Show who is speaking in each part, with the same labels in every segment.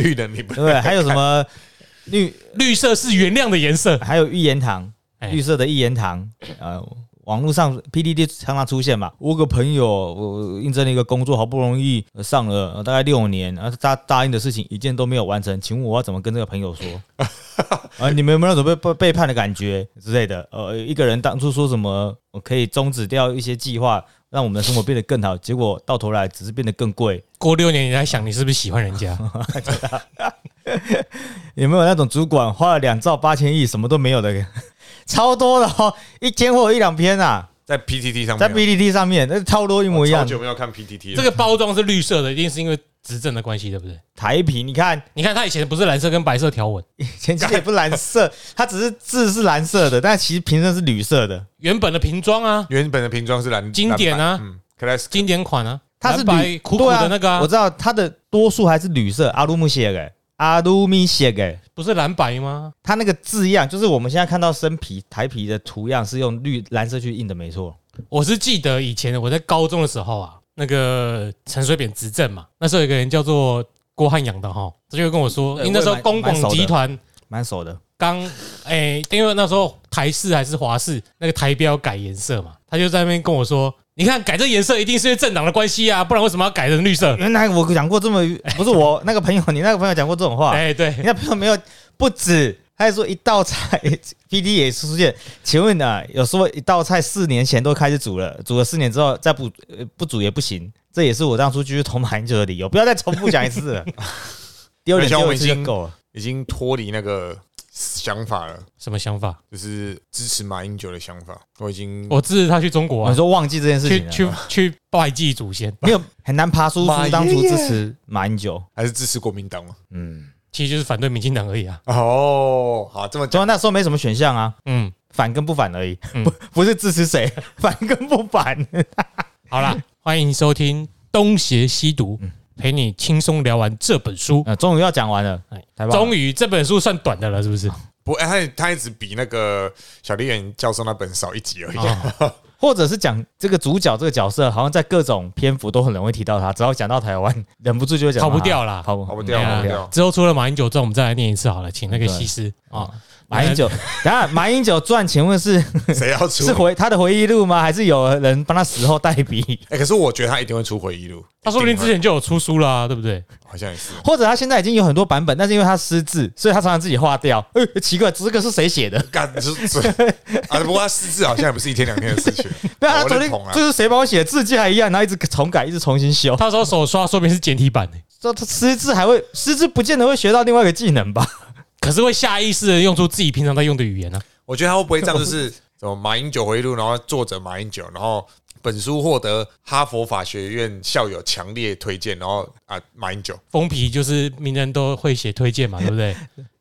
Speaker 1: 绿的你不
Speaker 2: 对不对？还有什么绿，
Speaker 3: 绿色是原谅的颜色。
Speaker 2: 还有一言堂，
Speaker 3: 哎
Speaker 2: 绿色的一言堂，呃，网络上 PDD 常常出现嘛。我有个朋友，我我应征了一个工作，好不容易呃上了呃大概六年，然后他答应的事情一件都没有完成，请问我要怎么跟这个朋友说？啊，你们有没有种被被背叛的感觉之类的？呃，一个人当初说什么我可以终止掉一些计划，让我们的生活变得更好，结果到头来只是变得更贵。
Speaker 3: 过六年你在想你是不是喜欢人 家？
Speaker 2: 有没有那种主管花了两兆八千亿什么都没有的， 超多的哦，一天或有一两篇啊，
Speaker 1: 在 PTT 上面，
Speaker 2: 在 PPT 上面那超多一模一
Speaker 1: 我
Speaker 2: 样
Speaker 1: 超。久没有看 PTT 了。
Speaker 3: 这个包装是绿色的，一定是因为执政的关系，对不对？
Speaker 2: 台皮，你看
Speaker 3: 你看它以前不是蓝色跟白色条纹，
Speaker 2: 前期也不蓝 色，它只是字是蓝色的，但其实瓶身是铝色的。
Speaker 3: 原本的瓶装啊，
Speaker 1: 原本的瓶装是蓝，
Speaker 3: 经典
Speaker 1: 蓝
Speaker 3: 啊
Speaker 1: 白嗯，classic
Speaker 3: 经典款啊，
Speaker 2: 它是
Speaker 3: 蓝
Speaker 2: 铝
Speaker 3: 白苦苦的那个、
Speaker 2: 对啊，我知道它的多数还是铝色，阿鲁姆写的，阿鲁米写的。
Speaker 3: 不是蓝白吗？
Speaker 2: 它那个字样，就是我们现在看到生皮台皮的图样是用绿蓝色去印的，没错。
Speaker 3: 我是记得以前我在高中的时候啊，那个陈水扁执政嘛，那时候有个人叫做郭汉阳的哈，他就会跟我说，
Speaker 2: 对
Speaker 3: 因为那时候
Speaker 2: 我也蛮
Speaker 3: 公广
Speaker 2: 蛮熟的
Speaker 3: 集团
Speaker 2: 蛮熟的，
Speaker 3: 刚哎，因为那时候台式还是华式，那个台标改颜色嘛，他就在那边跟我说，你看改这颜色一定是因为政党的关系啊，不然为什么要改成绿色？
Speaker 2: 原来我讲过这么不是 我那个朋友，你那个朋友讲过这种话，
Speaker 3: 哎，对
Speaker 2: 你，那朋友没有不止，他还说一道菜 P D 也出现。请问啊，有说一道菜四年前都开始煮了，煮了四年之后再不呃不煮也不行，这也是我当初继续投马英九的理由。不要再重复讲一次了，丢脸
Speaker 1: 而且我
Speaker 2: 丢
Speaker 1: 们
Speaker 2: 一次
Speaker 1: 已
Speaker 2: 就
Speaker 1: 经
Speaker 2: 够了。
Speaker 1: 已经脱离那个想法了，
Speaker 3: 什么想法？
Speaker 1: 就是支持马英九的想法。我已经
Speaker 3: 我支持他去中国
Speaker 2: 我
Speaker 3: 啊，
Speaker 2: 说忘记这件事情
Speaker 3: 去
Speaker 2: 了，
Speaker 3: 去去拜祭祖先，
Speaker 2: 没有很难爬出
Speaker 1: 马
Speaker 2: 出当初
Speaker 1: 爷爷
Speaker 2: 支持马英九。
Speaker 1: 还是支持国民党嘛。
Speaker 2: 嗯，
Speaker 3: 其实就是反对民进党而已啊。
Speaker 1: 哦，好，这么
Speaker 2: 主
Speaker 1: 讲
Speaker 2: 要那时候没什么选项啊，
Speaker 3: 嗯，
Speaker 2: 反跟不反而已，
Speaker 3: 嗯
Speaker 2: 不 不是支持谁， 反跟不反。
Speaker 3: 好啦，欢迎收听《东邪西毒》，
Speaker 2: 嗯
Speaker 3: 陪你轻松聊完这本书。
Speaker 2: 呃，终于要讲完了，
Speaker 3: 哎
Speaker 2: 太棒了
Speaker 3: 终于这本书算短的了，是不是？
Speaker 1: 不，哎他也他也只比那个小笠原教授那本少一集而已。
Speaker 3: 哦
Speaker 2: 或者是讲这个主角这个角色，好像在各种篇幅都很容易提到他，只要讲到台湾，忍不住就会讲到
Speaker 3: 逃
Speaker 2: 他
Speaker 3: 不掉啦。
Speaker 2: 啊跑不
Speaker 1: 跑不
Speaker 2: 嗯
Speaker 1: 掉
Speaker 3: 对啊
Speaker 1: 跑不掉
Speaker 3: 之后出了马英九传，我们再来念一次好了，请那个
Speaker 2: 对
Speaker 3: 西施啊，
Speaker 2: 马 英九，等下马英九传，请问是
Speaker 1: 谁要出
Speaker 2: 是？回他的回忆录吗？还是有人帮他死后代笔？
Speaker 1: 哎，可是我觉得他一定会出回忆录。
Speaker 3: 他说不定之
Speaker 1: 一定
Speaker 3: 前就有出书啦、对不对？
Speaker 1: 会好像也是。
Speaker 2: 或者他现在已经有很多版本，但是因为他失智，所以他常常自己划掉。呃、奇怪，这个是谁写的？
Speaker 1: 干这这啊！不过他失智好像也不是一天两天的事 情。
Speaker 2: 对啊，他
Speaker 1: 我
Speaker 2: 昨
Speaker 1: 认
Speaker 2: 天
Speaker 1: 同啊
Speaker 2: 这是谁帮我写的？字迹还一样，然后一直重改，一直重新修。
Speaker 3: 他说手刷说不定是简体版的、
Speaker 2: 这他失智还会失智，不见得会学到另外一个技能吧？
Speaker 3: 可是会下意识的用出自己平常在用的语言啊。
Speaker 1: 我觉得他会不会这样，就是什么马英九回忆录，然后作者马英九，然后本书获得哈佛法学院校友强烈推荐，然后啊马英九，
Speaker 3: 封皮就是名人都会写推荐嘛，对不对？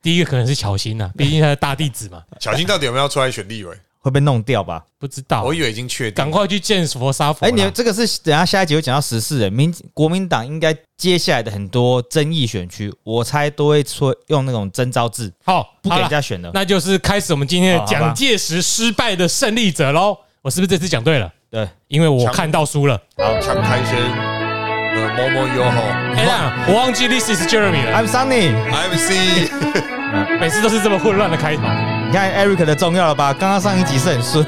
Speaker 3: 第一个可能是乔欣呐、毕竟他是大弟子嘛，
Speaker 1: 小新到底有没有要出来选立委？
Speaker 2: 会被弄掉吧？
Speaker 3: 不知道
Speaker 1: 我。以为已经确定
Speaker 3: 赶，快去见佛杀佛
Speaker 2: 哎、
Speaker 3: 啦。
Speaker 2: 你们这个是等一下下一集会讲到十四人，民国民党应该接下来的很多争议选区，我猜都会说用那种征召制，
Speaker 3: 好，
Speaker 2: 不给
Speaker 3: 好啦
Speaker 2: 人家选了。
Speaker 3: 那就是开始我们今天的
Speaker 2: 好好吧
Speaker 3: 蒋介石失败的胜利者喽。我是不是这次讲对了？
Speaker 2: 对，
Speaker 3: 因为我
Speaker 1: 强
Speaker 3: 看到书了。
Speaker 2: 好
Speaker 1: 强开轩，呃，某某友好
Speaker 3: 哎呀，我忘记 This is Jeremy 了，
Speaker 2: ，I'm Sunny，
Speaker 1: ，I'm C，
Speaker 3: 每次都是这么混乱的开头。
Speaker 2: 你看 Eric 的重要了吧？刚刚上一集是很顺，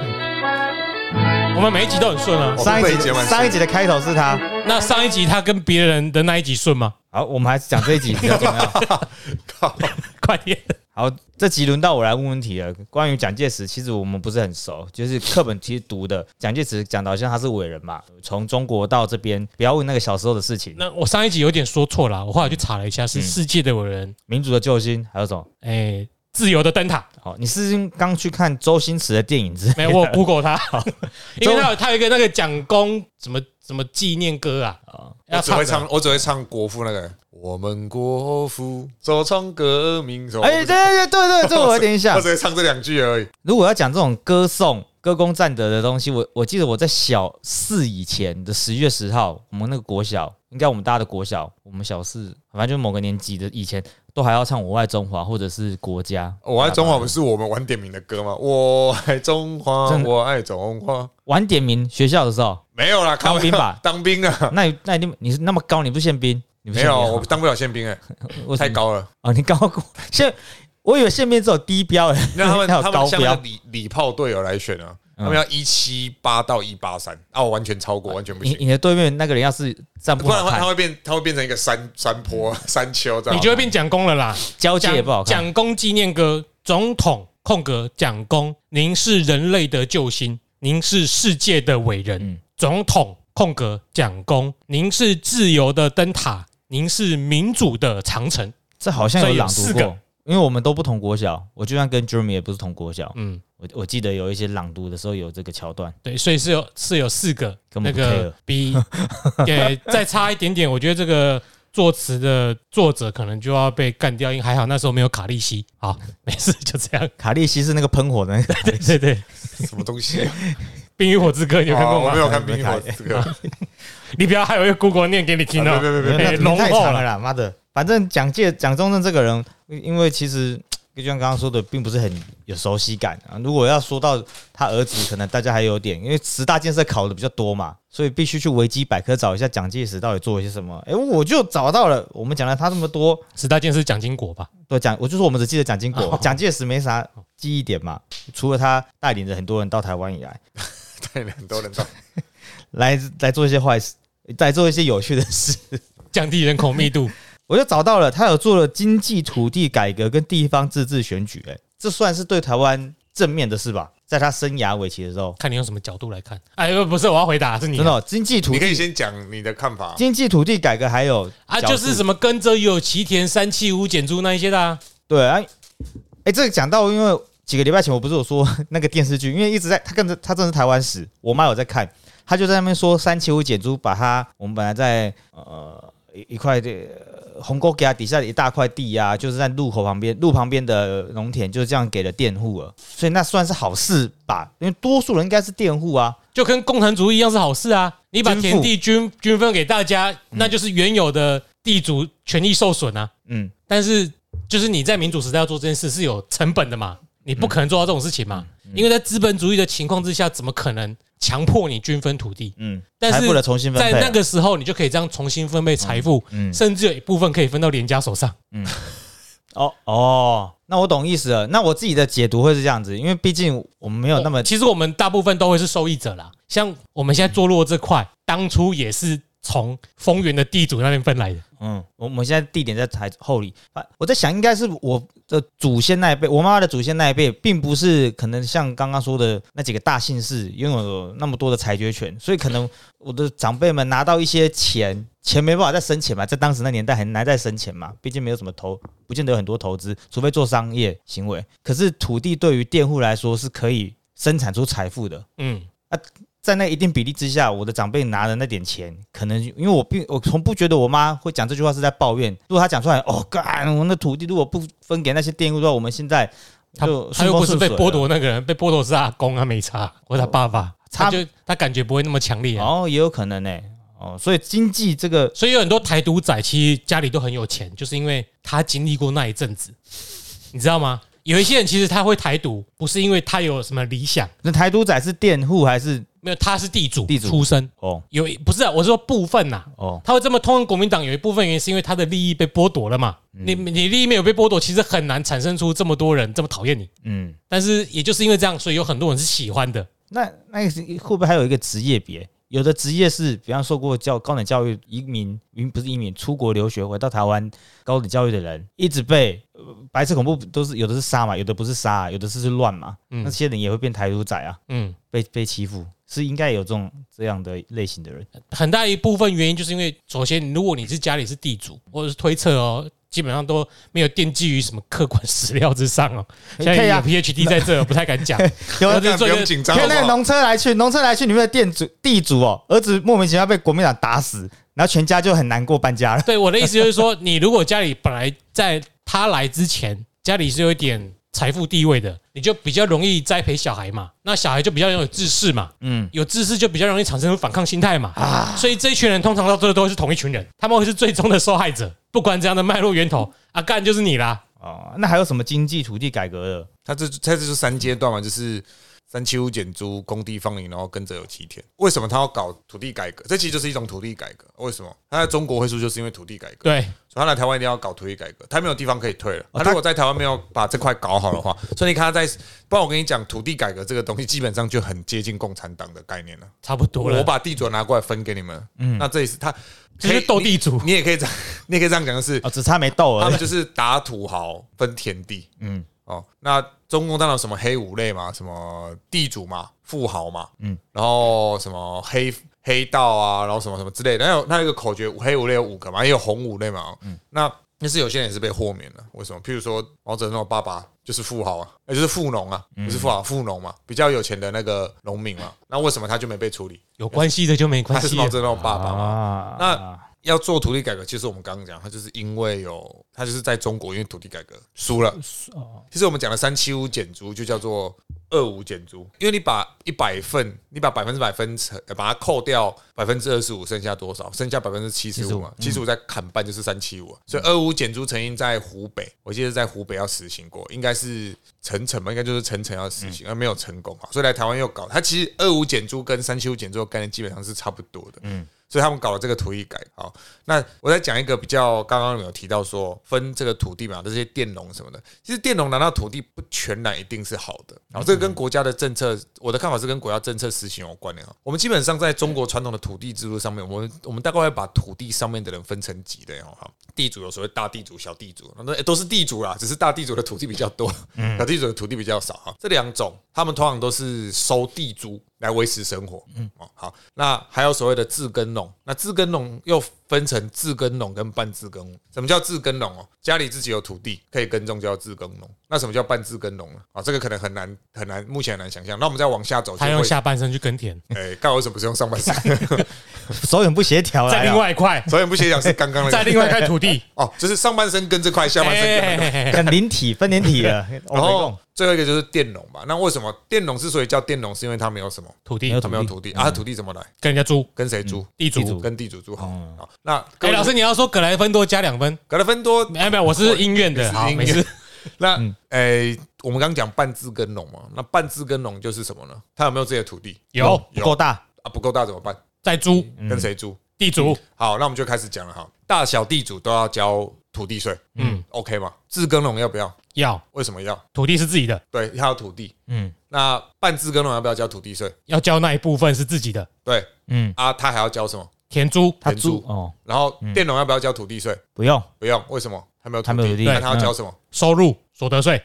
Speaker 3: 我们每一集都很顺啊。
Speaker 1: 哦
Speaker 2: 上一
Speaker 1: 被
Speaker 2: 集
Speaker 1: 截完
Speaker 2: 上一集的开头是他。
Speaker 3: 那上一集他跟别人的那一集顺吗？
Speaker 2: 好，我们还是讲这一集比较重要。
Speaker 1: 靠，
Speaker 3: 快点，
Speaker 2: 好，这集轮到我来问问题了。关于蒋介石，其实我们不是很熟，就是课本其实读的蒋介石讲的好像他是伟人嘛。从中国到这边，不要问那个小时候的事情，
Speaker 3: 那我上一集有点说错了，啊我后来去查了一下，是世界的伟人，
Speaker 2: 民族的救星，还有什么？
Speaker 3: 哎，自由的灯塔。
Speaker 2: 好，哦你是刚去看周星驰的电影是？
Speaker 3: 没有，我有 Google 他，因为他有他有一个那个蒋公什么什么纪念歌啊，
Speaker 2: 啊，
Speaker 1: 我
Speaker 3: 要
Speaker 1: 只会
Speaker 3: 唱
Speaker 1: 唱
Speaker 3: 的。，
Speaker 1: 我只会唱国父那个，我们国父首创革命，什么
Speaker 2: 哎，对对对对对，这我有点印象
Speaker 3: 啊
Speaker 1: 我只。会唱这两句而已。
Speaker 2: 如果要讲这种歌颂、歌功赞德的东西，我我记得我在小四以前的十月十号，我们那个国小，应该我们大家的国小，我们小四，反正就某个年级的以前，都还要唱《我爱中华》或者是《国家》。
Speaker 1: 我爱中华不是我们晚点名的歌吗？我爱中华，
Speaker 2: 真的
Speaker 1: 我爱中华。
Speaker 2: 晚点名学校的时候，
Speaker 1: 没有啦，
Speaker 2: 当兵吧
Speaker 1: 开玩笑当兵啊，
Speaker 2: 那你那一定你是那么高，你不是宪兵？你不
Speaker 1: 没
Speaker 2: 宪
Speaker 1: 有，
Speaker 2: 兵
Speaker 1: 我当不了宪兵哎、
Speaker 2: 为什
Speaker 1: 太
Speaker 2: 么
Speaker 1: 高了。
Speaker 2: 哦，你高过宪，我以为宪兵只有低标诶，
Speaker 1: 那他们
Speaker 2: 还有
Speaker 1: 他们
Speaker 2: 高
Speaker 1: 像那
Speaker 2: 标
Speaker 1: 个，礼礼炮队友来选啊，他们要一七八到一八三，啊，我完全超过，完 全不
Speaker 2: 你
Speaker 1: 行，
Speaker 2: 你的对面那个人要是站不
Speaker 1: 不然
Speaker 2: 好
Speaker 1: 的话他
Speaker 2: 看，
Speaker 1: 会变，他会变成一个山山坡山丘这样。
Speaker 3: 你就会变蒋公了啦。
Speaker 2: 交界
Speaker 3: 蒋
Speaker 2: 也不好看。
Speaker 3: 蒋公纪念歌，总统空格蒋公，您是人类的救星，您是世界的伟人。
Speaker 2: 嗯
Speaker 3: 总统空格蒋公，您是自由的灯塔，您是民主的长城。
Speaker 2: 这好像有朗
Speaker 3: 所以
Speaker 2: 读
Speaker 3: 有四
Speaker 2: 过
Speaker 3: 个，
Speaker 2: 因为我们都不同国小，我就算跟 Jeremy 也不是同国小，
Speaker 3: 嗯，
Speaker 2: 我我记得有一些朗读的时候有这个桥段，
Speaker 3: 对，所以是有是有四个
Speaker 2: 根
Speaker 3: 那
Speaker 2: 本不
Speaker 3: 个 比也再差一点点，我觉得这个作词的作者可能就要被干掉，因为还好那时候没有卡利西。好，
Speaker 2: 嗯
Speaker 3: 没事，就这样。
Speaker 2: 卡利西是那个喷火的 那个，
Speaker 3: 对对对，《
Speaker 1: 什么东西啊？
Speaker 3: 冰与火之歌》你有看
Speaker 1: 哦
Speaker 3: 过
Speaker 1: 我
Speaker 3: 吗
Speaker 1: 没？有看冰火这个，
Speaker 3: 你不要害我用 Google 念给你听
Speaker 1: 啊
Speaker 3: 哦
Speaker 1: 别。别别别，
Speaker 2: 那
Speaker 3: 哎
Speaker 2: 名
Speaker 3: 龙
Speaker 2: 太
Speaker 3: 后
Speaker 2: 长
Speaker 3: 啦
Speaker 2: 了啦，妈的！反正蒋介蒋中正这个人，因为其实就像刚刚说的，并不是很有熟悉感啊。如果要说到他儿子，可能大家还有点，因为十大建设考的比较多嘛，所以必须去维基百科找一下蒋介石到底做了些什么。诶，我就找到了，我们讲了他这么多，
Speaker 3: 十大件是蒋经国吧？
Speaker 2: 对蒋，我就说我们只记得蒋 经国，蒋介石没啥记忆点嘛，除了他带领着很多人到台湾以来，
Speaker 1: 对，很多人都
Speaker 2: 来来做一些坏事，来做一些有趣的事。
Speaker 3: 降低人口密度，
Speaker 2: 我就找到了，他有做了经济土地改革跟地方自治选举、欸，这算是对台湾正面的事吧？在他生涯尾期的时候，
Speaker 3: 看你用什么角度来看。哎，不不是，我要回答是你
Speaker 2: 真的、哦、经济土
Speaker 1: 你可以
Speaker 2: 地、
Speaker 1: 先讲你的看法。
Speaker 2: 经济土地改革还有
Speaker 3: 啊，
Speaker 2: 角
Speaker 3: 就是
Speaker 2: 度
Speaker 3: 什么跟着有齐田、三七五减租那一些的啊。
Speaker 2: 对啊，哎、这个讲到，因为几个礼拜前我不是有说 那个电视剧，因为一直在他跟着他真的是台湾史，我妈有在看，她就在那边说三七五减租，把它我们本来在呃一一块的呃鸿沟给它底下的一大块地啊，就是在路口旁边路旁边的农田，就是这样给了佃户了，所以那算是好事吧，因为多数人应该是佃户啊，
Speaker 3: 就跟共产主义一样是好事啊！你把
Speaker 2: 均富
Speaker 3: 田地均均分给大家，那就是原有的地主权益受损啊。
Speaker 2: 嗯，
Speaker 3: 但是，就是你在民主时代要做这件事是有成本的嘛，你不可能做到这种事情嘛，
Speaker 2: 嗯
Speaker 3: 因为在资本主义的情况之下，怎么可能强迫你均分土地？
Speaker 2: 嗯，
Speaker 3: 但是
Speaker 2: 财富的重新分
Speaker 3: 在
Speaker 2: 配，啊
Speaker 3: 那个时候，你就可以这样重新分配财富，
Speaker 2: 嗯
Speaker 3: 甚至有一部分可以分到连家手上。
Speaker 2: 哦哦，那我懂意思了，那我自己的解读会是这样子，因为毕竟我们没有那么
Speaker 3: 其实我们大部分都会是受益者啦。像我们现在坐落这块，当初也是从丰原的地主那边分来的。
Speaker 2: 嗯，我我们现在地点在台后里，啊我在想应该是我的祖先那一辈，我妈妈的祖先那一辈，并不是可能像刚刚说的那几个大姓氏拥有那么多的裁决权，所以可能我的长辈们拿到一些钱，钱没办法再生钱嘛，在当时那年代很难再生钱嘛，毕竟没有什么投，不见得有很多投资，除非做商业行为。可是土地对于佃户来说是可以生产出财富的，
Speaker 3: 嗯，
Speaker 2: 在那一定比例之下，我的长辈拿的那点钱，可能因为我并我从不觉得我妈会讲这句话是在抱怨。如果她讲出来，哦，干，我那土地如果不分给那些佃户的话，我们现在
Speaker 3: 他
Speaker 2: 就
Speaker 3: 他又不是被
Speaker 2: 顺风顺水
Speaker 3: 剥
Speaker 2: 了。哦
Speaker 3: 夺那个人，被剥夺是他阿公，他没差，或他爸爸，
Speaker 2: 差
Speaker 3: 他就他感觉不会那么强烈、啊。
Speaker 2: 哦，也有可能呢、哦，所以经济这个
Speaker 3: 所以有很多台独仔其实家里都很有钱，就是因为他经历过那一阵子，你知道吗？有一些人其实他会台独，不是因为他有什么理想，
Speaker 2: 那台独仔是佃户还是
Speaker 3: 没有，他是地主
Speaker 2: 地主
Speaker 3: 出身，
Speaker 2: 哦
Speaker 3: 有一不是、啊，我是说部分呐、
Speaker 2: 哦
Speaker 3: 他会这么痛恨国民党，有一部分原因是因为他的利益被剥夺了嘛。
Speaker 2: 嗯
Speaker 3: 你你利益没有被剥夺，其实很难产生出这么多人这么讨厌你。
Speaker 2: 嗯？
Speaker 3: 但是也就是因为这样，所以有很多人是喜欢的。
Speaker 2: 那那个是会不会还有一个职业别？有的职业是，比方受过教高等教育移民，移民不是移民，出国留学回到台湾高等教育的人，一直被、呃白色恐怖都是有的是杀嘛，有的不是杀、啊有的是是乱嘛，
Speaker 3: 嗯
Speaker 2: 那些人也会变台独仔啊，
Speaker 3: 嗯，
Speaker 2: 被被欺负，是应该有这种这样的类 型的人。
Speaker 3: 很大一部分原因就是因为，首先如果你是家里是地主，或者是推测哦，基本上都没有奠基于什么客观史料之上哦。现在
Speaker 2: 可以
Speaker 3: 有
Speaker 2: 啊
Speaker 3: PhD 在这，我不太敢 讲。
Speaker 2: 有
Speaker 3: 然后
Speaker 2: 的
Speaker 3: 就
Speaker 1: 干
Speaker 3: 是
Speaker 1: 不
Speaker 3: 做一
Speaker 1: 用
Speaker 3: 个
Speaker 1: 紧张
Speaker 2: 因
Speaker 1: 好
Speaker 2: 为
Speaker 1: 不
Speaker 2: 那个
Speaker 1: 好？
Speaker 2: 农车来去，农车来去里面的店主地主哦，儿子莫名其妙被国民党打死，然后全家就很难过搬家了。
Speaker 3: 对，我的意思就是说，你如果家里本来在他来之前，家里是有一点财富地位的，你就比较容易栽培小孩嘛，那小孩就比较有自视嘛，
Speaker 2: 嗯，
Speaker 3: 有自视就比较容易产生反抗心态嘛，
Speaker 2: 啊
Speaker 3: 所以这一群人通常到最后都会是同一群人，他们会是最终的受害者，不管怎样的脉络源头，啊，干就是你啦，
Speaker 2: 哦，那还有什么经济土地改革的？
Speaker 1: 他这他这就是三阶段嘛，就是三七五减租，工地放领，然后跟着有七天。为什么他要搞土地改革？这其实就是一种土地改革。为什么他在中国会输，就是因为土地改革。
Speaker 3: 对，啊
Speaker 1: 所以他来台湾一定要搞土地改革，他没有地方可以退了。他如果在台湾没有把这块搞好的话，所以你看他在，不然我跟你讲，土地改革这个东西基本上就很接近共产党的概念了。
Speaker 3: 差不多
Speaker 1: 我
Speaker 3: 了。
Speaker 1: 把地主拿过来分给你们，嗯，那这也是他
Speaker 3: 这就是斗地主
Speaker 1: 你你也可以这样， 你也可以这样讲，就是
Speaker 2: 啊，只差没斗
Speaker 1: 他
Speaker 2: 而
Speaker 1: 们
Speaker 2: 已。
Speaker 1: 就是打土豪分田地，
Speaker 2: 嗯，
Speaker 1: 哦，那中共当然有什么黑五类嘛，什么地主嘛、富豪嘛，嗯，然后什么黑黑道啊，然后什么什么之类的，那有那有一个口诀，黑五类有五个嘛，也有红五类嘛，嗯，那但是有些人也是被豁免了，为什么？譬如说毛泽东的爸爸就是富豪啊，也就是富农啊，不是富豪，富农嘛，比较有钱的那个农民嘛，那为什么他就没被处理？
Speaker 3: 有关系的就没
Speaker 1: 他
Speaker 3: 关
Speaker 1: 是
Speaker 3: 系
Speaker 1: 毛
Speaker 3: 了，
Speaker 1: 泽东的爸爸嘛，
Speaker 2: 啊
Speaker 1: 那要做土地改革，其实我们刚刚讲，他就是因为有他就是在中国，因为土地改革输哦了。其实我们讲的三七五减租就叫做二五减租，因为你把一百份，你把百分之百分成，呃把它扣掉百分之二十五，剩下多少？剩下百分之七十五嘛，嗯七十五再砍半就是三七五。啊所以二五减租曾经在湖北，我记得在湖北要实行过，应该是陈诚吧，应该就是陈诚要实行，而没有成功啊，所以来台湾又搞。它其实二五减租跟三七五减租的概念基本上是差不多的，嗯。所以他们搞了这个土地改。好，那我再讲一个比较，刚刚有提到说分这个土地嘛，这些佃农什么的，其实佃农拿到土地不全然一定是好的。然后这个跟国家的政策，我的看法是跟国家政策实行有关联啊。我们基本上在中国传统的土地制度上面，我们我们大概会把土地上面的人分成几类哦。好地主有所谓大地主、小地主，那、诶都是地主啦，只是大地主的土地比较多，小地主的土地比较少啊。这两种，他们通常都是收地租来维持生活。嗯，哦，好，那还有所谓的自耕农，那自耕农又分成自耕农跟半自耕农。什么叫自耕农哦？家里自己有土地可以耕种，叫自耕农。那什么叫半自耕农呢？啊，这个可能很难很难，目前很难想象。那我们再往下走，就
Speaker 3: 他用
Speaker 1: 会
Speaker 3: 下半身去耕田，
Speaker 1: 哎，干、为什么不是用上半 身？
Speaker 2: 手眼不协调啊了。
Speaker 3: 在另外一块，
Speaker 1: 所以不协调是刚刚那
Speaker 3: 在
Speaker 1: 个
Speaker 3: 另外一块土地，
Speaker 1: 哦，就是上半身跟这块，下半身跟那块。
Speaker 3: 哎哎哎
Speaker 2: 跟灵体分灵体了，
Speaker 1: 然后
Speaker 2: 哦
Speaker 1: 最后一个就是佃农吧。那为什么佃农之所以叫佃农，是因为他没有什么，
Speaker 3: 土地
Speaker 2: 没有
Speaker 1: 他没有土地啊，他土地怎么来？
Speaker 3: 跟人家租。
Speaker 1: 跟谁租？
Speaker 3: 嗯地主
Speaker 1: 跟地主租好。
Speaker 2: 嗯
Speaker 1: 好，那
Speaker 3: 哎，老师，你要说葛莱芬多加两分？
Speaker 1: 格莱芬多，
Speaker 3: 没有没有，我是音院的，
Speaker 1: 是
Speaker 3: 好，
Speaker 1: 音
Speaker 3: 没
Speaker 1: 院
Speaker 3: 事。
Speaker 1: 那
Speaker 2: 嗯
Speaker 1: 诶，我们刚刚讲半自耕农嘛，那半自耕农就是什么呢？他有没有自己的土地？
Speaker 3: 有
Speaker 2: 不够大，
Speaker 1: 啊，不够大怎么办？
Speaker 3: 在租
Speaker 2: 嗯
Speaker 1: 跟谁租？
Speaker 3: 地主，
Speaker 1: 好，那我们就开始讲了哈，大小地主都要交土地税，
Speaker 3: 嗯，
Speaker 1: ，OK 嘛？自耕农要不要？
Speaker 3: 要
Speaker 1: 为什么要？
Speaker 3: 土地是自己的，
Speaker 1: 对，他有土地。
Speaker 2: 嗯
Speaker 1: 那半自耕农要不要交土地税？
Speaker 3: 要交那一部分是自己的
Speaker 1: 对
Speaker 2: 嗯，
Speaker 1: 啊，他还要交什么？
Speaker 3: 田租，
Speaker 2: 他
Speaker 1: 田租
Speaker 2: 租哦，
Speaker 1: 然后佃农要不要交土地税？
Speaker 2: 不用，
Speaker 1: 不用，为什么？他没有
Speaker 2: 他没有土地
Speaker 1: 那他要交什么？
Speaker 3: 收入所得税。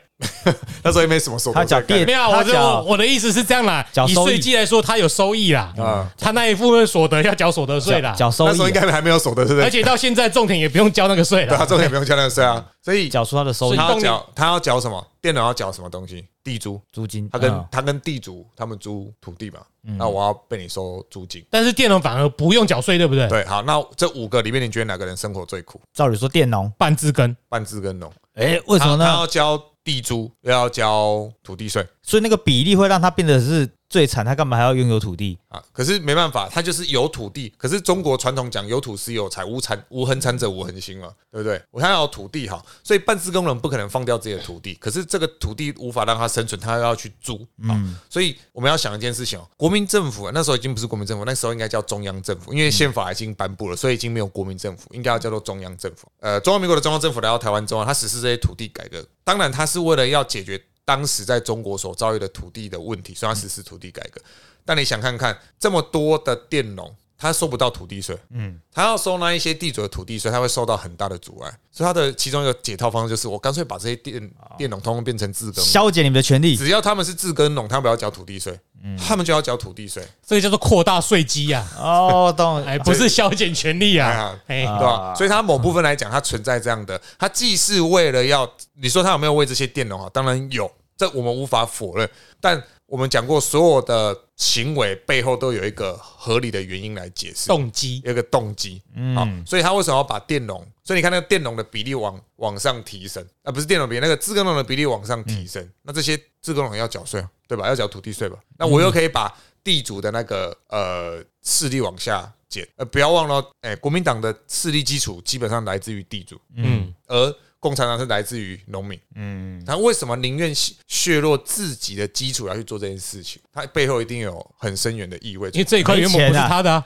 Speaker 1: 那时候也没什么所得
Speaker 2: 他
Speaker 1: 税
Speaker 2: 缴
Speaker 1: 概念
Speaker 2: 地
Speaker 3: 没有啊，
Speaker 2: 他
Speaker 3: 我就
Speaker 2: 缴
Speaker 3: 我的意思是这样啦
Speaker 2: 缴，
Speaker 3: 以
Speaker 2: 收益
Speaker 3: 税基来说，他有收益啦，
Speaker 1: 啊，
Speaker 3: 他那一部分所得要缴所得税啦，
Speaker 2: 缴收
Speaker 1: 那时候
Speaker 2: 益啊
Speaker 1: 应，该还没有所得税，
Speaker 3: 而且到现在种田也不用交那个税
Speaker 1: 对他
Speaker 3: 了，
Speaker 1: 重点不用交那个税啊，所以
Speaker 2: 缴出他的收益
Speaker 1: 他
Speaker 3: 所以
Speaker 1: 要缴他要缴什么？佃农要缴什么东西？地租，
Speaker 2: 租金，
Speaker 1: 他跟
Speaker 2: 嗯
Speaker 1: 他跟地主他们租土地嘛，那我要被你收租金。
Speaker 3: 但是佃农反而不用缴税，对不对？
Speaker 1: 对，好，那这五个里面，你觉得哪个人生活最苦？
Speaker 2: 照理说佃农，
Speaker 3: 半自耕，
Speaker 1: 半自耕农，
Speaker 2: 哎，为什么
Speaker 1: 他他
Speaker 2: 呢？
Speaker 1: 要交地租，又要交土地税
Speaker 2: 所以那个比例会让他变得是最惨，他干嘛还要拥有土地？
Speaker 1: 啊。可是没办法，他就是有土地。可是中国传统讲有土是有财，无产无恒产者无恒心嘛，对不对？我他要有土地哈，所以半自耕农不可能放掉自己的土地。可是这个土地无法让他生存，他要去租啊。所以我们要想一件事情哦，国民政府啊，那时候已经不是国民政府，那时候应该叫中央政府，因为宪法已经颁布了，所以已经没有国民政府，应该要叫做中央政府。呃，中华民国的中央政府来到台湾之后，他实施这些土地改革，当然他是为了要解决当时在中国所遭遇的土地的问题，所以他实施土地改革。但你想看看，这么多的佃农，他收不到土地税，嗯，他要收那一些地主的土地税，他会受到很大的阻碍。所以他的其中一个解套方式就是，我干脆把这些佃
Speaker 3: 啊
Speaker 1: 佃农通通变成自耕农。
Speaker 2: 消减你们的权利，
Speaker 1: 只要他嗯们是自耕农，他们不要缴土地税，
Speaker 3: 嗯
Speaker 1: 他们就要缴土地税，
Speaker 3: 这个叫做扩大税基 呀、
Speaker 2: 哦，懂
Speaker 3: 哎，不是削减权利啊，
Speaker 1: 哎
Speaker 3: 哎，
Speaker 1: 对吧？所以它某部分来讲，它存在这样的，它既是为了要，你说它有没有为这些佃农好？啊当然有，这我们无法否认。但我们讲过，所有的行为背后都有一个合理的原因来解释，
Speaker 3: 动机
Speaker 1: 有一个动机。
Speaker 2: 嗯
Speaker 1: 好，所以他为什么要把佃农？所以你看那个佃农的比例往往上提升，啊，不是佃农比例，那个自耕农的比例往上提升，那这些自耕农要缴税啊，对吧？要缴土地税吧？那我又可以把地主的那个呃势力往下减，呃，不要忘了，哎、国民党的势力基础基本上来自于地主，
Speaker 3: 嗯，
Speaker 1: 而共产党是来自于农民，
Speaker 2: 嗯，
Speaker 1: 他为什么宁愿削削弱自己的基础来去做这件事情？他背后一定有很深远的意味存
Speaker 3: 因为这一块原本不是他的、啊，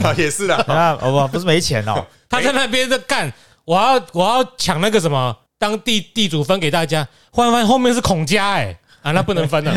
Speaker 1: 在， 也是啦。
Speaker 2: 啊，哦不，不是没钱哦，
Speaker 3: 他在那边在干，我要我要抢那个什么当地地主分给大家，忽然发现后面是孔家哎、啊，那不能 分了。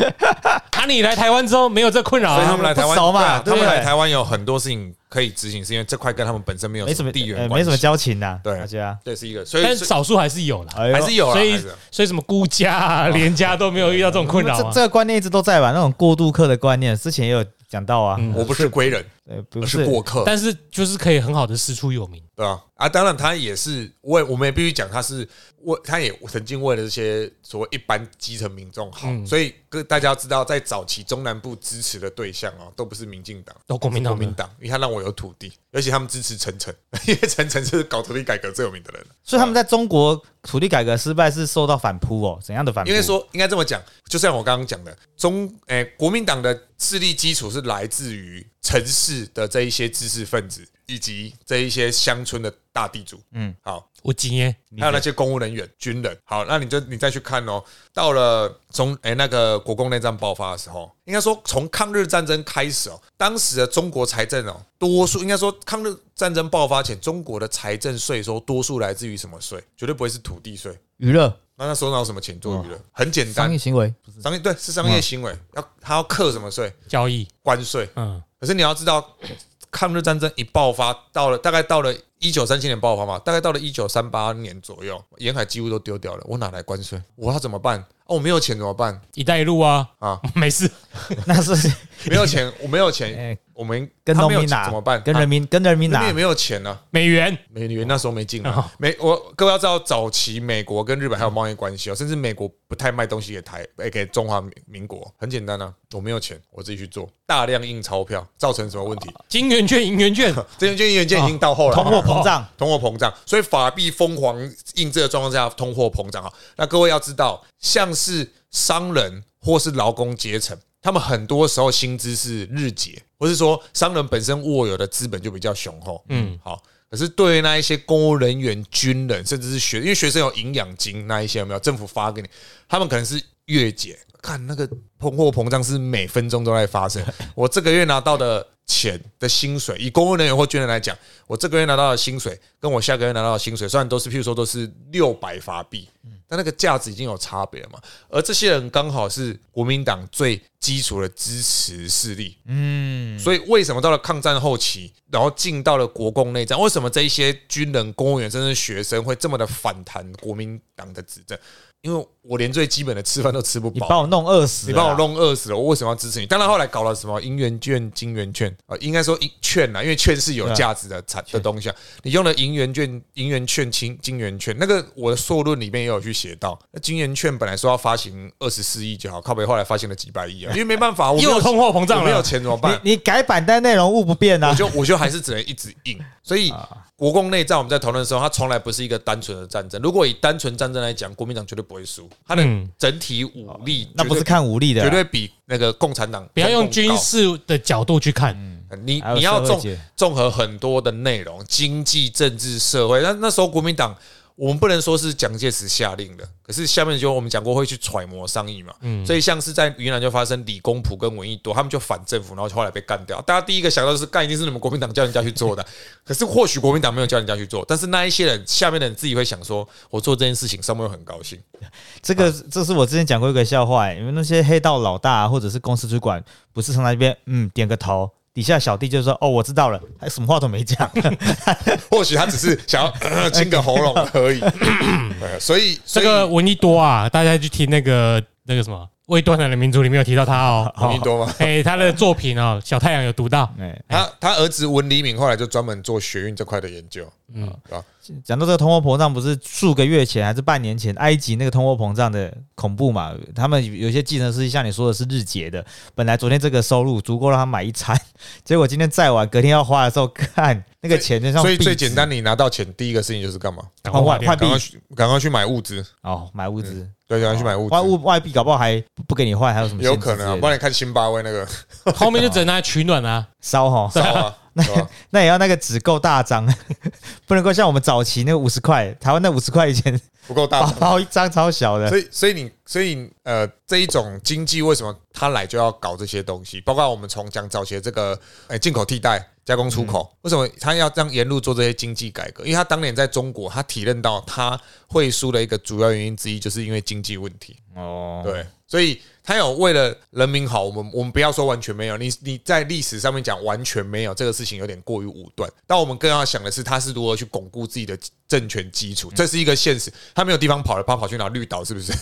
Speaker 3: 啊，你来台湾之后没有这困扰
Speaker 1: 所以他
Speaker 3: 啊
Speaker 1: 们，来台湾
Speaker 2: 不熟嘛
Speaker 1: 对啊他
Speaker 2: 对不
Speaker 1: 们
Speaker 2: 对
Speaker 1: 来台湾有很多事情可以执行，是因为这块跟他们本身没有
Speaker 2: 没什么
Speaker 1: 地缘
Speaker 2: 呃
Speaker 1: 关系，
Speaker 2: 没什么交情呐，
Speaker 1: 对
Speaker 2: 大家，
Speaker 1: 对，是一个，所以
Speaker 3: 但
Speaker 1: 所以
Speaker 3: 少数还是有啦。
Speaker 2: 哎呦
Speaker 1: 还是有啦，啊
Speaker 3: 所以
Speaker 1: 还是有
Speaker 3: 所以什么孤 家啊、连家都没有遇到这种困扰
Speaker 2: 这
Speaker 3: 啊
Speaker 2: 这。个观念一直都在吧？那种过渡客的观念，之前也有讲到啊，
Speaker 3: 嗯
Speaker 1: 我不是归人，
Speaker 2: 对，
Speaker 1: 我
Speaker 2: 不
Speaker 1: 呃是
Speaker 2: 是
Speaker 1: 过客，
Speaker 3: 但是就是可以很好的师出有名，
Speaker 1: 对啊，啊，当然他也是，我也我们也必须讲，他是为他也曾经为了这些所谓一般基层民众好，
Speaker 3: 嗯
Speaker 1: 所以各大家要知道，在早期中南部支持的对象哦，都不是民进党，
Speaker 3: 都国民党
Speaker 1: 国民
Speaker 3: 的。
Speaker 1: 党，因为他让我有土地，而且他们支持陈诚， 因为陈诚是搞土地改革最有名的人。
Speaker 2: 所以他们在中国土地改革失败是受到反扑哦，怎样的反扑？
Speaker 1: 应该说，应该这么讲，就像我刚刚讲的，中诶、国民党的势力基础是来自于城市的这一些知识分子，以及这一些乡村的大地主。
Speaker 2: 嗯，
Speaker 1: 好，
Speaker 3: 我今天
Speaker 1: 还有那些公务人员、军人。好，那你就你再去看哦。到了中诶、那个国共内战爆发的时候，应该说从抗日战争开始哦，当时的中国财政哦，多数应该说抗日战争爆发前，中国的财政税收多数来自于什么税？绝对不会是土地税。
Speaker 2: 娱乐
Speaker 1: 那那时候拿什么钱做娱乐？很简单
Speaker 2: 商业，行为，
Speaker 1: 商业对是商业行
Speaker 2: 嗯
Speaker 1: 为，要他要课什么税？
Speaker 3: 交易，
Speaker 1: 关税。
Speaker 3: 嗯，
Speaker 1: 可是你要知道，抗日战争一爆发，到了大概到了一九三七年爆发嘛，大概到了一九三八年左右，沿海几乎都丢掉了。我哪来关税？我要怎么办？哦，我没有钱怎么办
Speaker 3: 一带一路啊，
Speaker 1: 啊？
Speaker 3: 没事，
Speaker 2: 那是
Speaker 1: 没有钱，我没有钱，
Speaker 2: 哎
Speaker 1: 我们
Speaker 2: 跟
Speaker 1: 他
Speaker 2: 农
Speaker 1: 没有
Speaker 2: 民
Speaker 1: 钱
Speaker 2: 拿
Speaker 1: 怎么办？
Speaker 2: 跟人民跟人民
Speaker 1: 那
Speaker 2: 拿
Speaker 1: 边也没有钱呢、啊。
Speaker 3: 美元
Speaker 1: 美元那时候没进
Speaker 3: 哦
Speaker 1: 来，美我各位要知道，早期美国跟日本还有贸易关系哦，甚至美国不太卖东西给台，哎，给中华民民国，很简单啊，我没有钱，我自己去做，大量印钞票，造成什么问题？
Speaker 3: 金元券、银元券，
Speaker 1: 这些建议文件已经到后来
Speaker 2: 啊通
Speaker 1: 了，哦
Speaker 2: 货膨胀，
Speaker 1: 通货膨胀，所以法币疯狂印制的状况下，通货膨胀啊。那各位要知道，像是商人或是劳工阶层，他们很多时候薪资是日结，或是说商人本身握有的资本就比较雄厚。嗯，好。可是对于那一些公务人员、军人，甚至是学，因为学生有营养金那一些有没有？政府发给你，他们可能是月结，看那个通货膨胀是每分钟都在发 生。我这个月拿到的钱的薪水，以公务人员或军人来讲，我这个月拿到的薪水跟我下个月拿到的薪水，虽然都是譬如说都是六百法币，但那个价值已经有差别了嘛。而这些人刚好是国民党最基础的支持势力，
Speaker 2: 嗯，
Speaker 1: 所以为什么到了抗战后期，然后进到了国共内战，为什么这一些军人、公务员甚至学生会这么的反弹国民党的执政？因为我连最基本的吃饭都吃不
Speaker 2: 你
Speaker 1: 饱
Speaker 2: 把，我弄饿死，啊
Speaker 1: 你
Speaker 3: 啊
Speaker 1: 把我，弄饿死了，我为什么要支持你？当然后来搞了什么银元券、金元券啊、呃应该说一券啊啦，因为券是有价值的产
Speaker 3: 嗯
Speaker 1: 的东西啊。你用了银元券、银元券、金金元券，那个我的硕论里面也有去写到，那金元券本来说要发行二十四亿就好，靠北后来发行了几百亿 啊，因为没办法，我没
Speaker 3: 又
Speaker 1: 有
Speaker 3: 通货膨
Speaker 1: 我
Speaker 3: 胀
Speaker 1: 没有
Speaker 3: 了，
Speaker 1: 钱怎么 办？
Speaker 2: 你你改版但内容物不变
Speaker 1: 我
Speaker 2: 啊，
Speaker 1: 就我就还是只能一直硬。所以
Speaker 3: 啊
Speaker 1: 国共内战我们在讨论的时候，它从来不是一个单纯的战争。如果以单纯战争来讲，国民党绝对不会输，它的
Speaker 3: 嗯哦
Speaker 1: 整体武力
Speaker 2: 那不是
Speaker 1: 绝对
Speaker 2: 看武力的啊
Speaker 1: 绝
Speaker 2: 啦，
Speaker 1: 对啊比那个共产党
Speaker 3: 不要用军
Speaker 1: 中共
Speaker 3: 事的角度去看，
Speaker 1: 高。嗯你
Speaker 2: 还有
Speaker 1: 你要
Speaker 2: 社会
Speaker 1: 综
Speaker 2: 界
Speaker 1: 综合很多的内容，经济、政治、社会。那那时候国民党，我们不能说是蒋介石下令的，可是下面就我们讲过会去揣摩商议嘛。
Speaker 2: 嗯
Speaker 1: 所以像是在云南就发生李公朴跟闻一多，他们就反政府，然后后来被干掉。大家第一个想到的是干，一定是你们国民党叫人家去做 的。可是或许国民党没有叫人家去做，但是那一些人下面的人自己会想说，我做这件事情，上面会很高兴。
Speaker 2: 这个这是我之前讲过一个笑话、欸，因为那些黑道老大、啊或者是公司主管，不是从那边嗯点个头，底下小弟就说哦我知道了，还什么话都没讲，
Speaker 1: 或许他只是想要 呃清个喉咙而已。 对所以，所
Speaker 3: 这
Speaker 1: 以
Speaker 3: 个闻一多啊，大家去听那个那个什么《未断奶的民族》里面有提到他哦，
Speaker 1: 闻一多吗？
Speaker 3: 哎，他的作品哦，小太阳有读到，
Speaker 2: 哎、
Speaker 1: 他他儿子文黎明后来就专门做学运这块的研究，嗯，对吧？
Speaker 2: 讲到这个通货膨胀，不是数个月前还是半年前，埃及那个通货膨胀的恐怖嘛？他们有有些技能是像你说的是日结的，本来昨天这个收入足够让他买一餐， 结果今天再晚，隔天要花的时候，看那个钱就像
Speaker 1: 所以
Speaker 2: 壁纸
Speaker 1: 最简单，你拿到钱第一个事情就是干嘛？
Speaker 3: 赶快
Speaker 2: 换
Speaker 3: 花
Speaker 2: 换
Speaker 1: 赶
Speaker 2: 换币
Speaker 3: 掉
Speaker 1: 快去，赶快去买物资，
Speaker 2: 哦，买物资，
Speaker 1: 对，赶快去买物
Speaker 2: 外
Speaker 1: 资。
Speaker 2: 物外币搞不好还不不给你换，还有什么
Speaker 1: 有
Speaker 2: 限制
Speaker 1: 可能啊，
Speaker 2: 之类
Speaker 1: 不
Speaker 2: 的
Speaker 1: 然你看津巴威 那个
Speaker 3: 后面就只能拿来取暖啊，
Speaker 2: 烧哈，
Speaker 1: 烧啊，对 吧
Speaker 2: 那 也要那个纸够大张，不能够像我们早期那个五十块，台湾那五十块以前
Speaker 1: 不够大
Speaker 2: 包
Speaker 1: 张。
Speaker 2: 包一张超小的，
Speaker 1: 所以，所以你，所以你呃，这一种经济为什么他来就要搞这些东西？包括我们从讲早期的这个，哎、进口替代、加工出
Speaker 2: 嗯
Speaker 1: 口，为什么他要这样沿路做这些经济改革？因为他当年在中国，他体认到他会输的一个主要原因之一，就是因为经济问题。
Speaker 2: 哦，
Speaker 1: 对，所以他有为了人民好，我们我们不要说完全没有，你你在历史上面讲完全没有这个事情有点过于武断，但我们更要想的是他是如何去巩固自己的政权基础，这是一个现实，他没有地方跑了，他跑去哪绿岛是不是？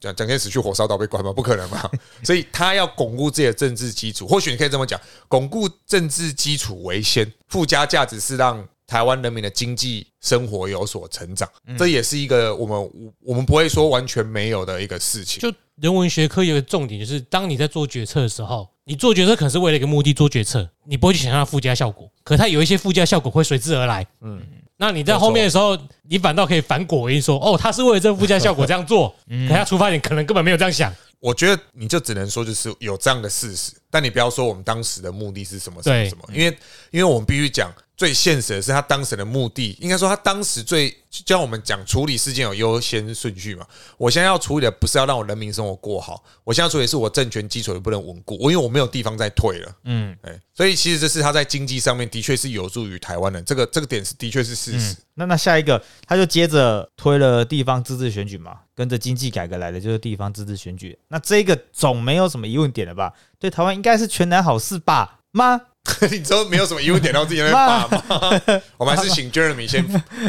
Speaker 1: 蒋蒋介石去火烧岛被关吗？不可能吧，所以他要巩固自己的政治基础，或许你可以这么讲，巩固政治基础为先，附加价值是让台湾人民的经济生活有所成长，这也是一个我们我们不会说完全没有的一个事情。
Speaker 3: 就人文学科有个重点，就是当你在做决策的时候，你做决策可能是为了一个目的做决策，你不会去想象它附加效果，可它有一些附加效果会随之而来。嗯，那你在后面的时候，你反倒可以反果因说，哦，他是为了这附加效果这样做，可他出发点可能根本没有这样想。
Speaker 1: 我觉得你就只能说就是有这样的事实，但你不要说我们当时的目的是什么什么
Speaker 3: 对
Speaker 1: 什么，因为因为我们必须讲最现实的是他当时的目的，应该说他当时最就像我们讲处理事件有优先顺序嘛。我现在要处理的不是要让我人民生活过好，我现在要处理的是我政权基础也不能稳固，我因为我没有地方再退了。
Speaker 2: 嗯，
Speaker 1: 哎，所以其实这是他在经济上面的确是有助于台湾的，这个这个点是的确是事实。
Speaker 2: 那那下一个他就接着推了地方自治选举嘛，跟着经济改革来的就是地方自治选举。那这个总没有什么疑问点了吧？对台湾应该是全然好事吧？吗？
Speaker 1: 你之后没有什么疑问点，然后自己在那边骂吗？我们还是请 Jeremy 先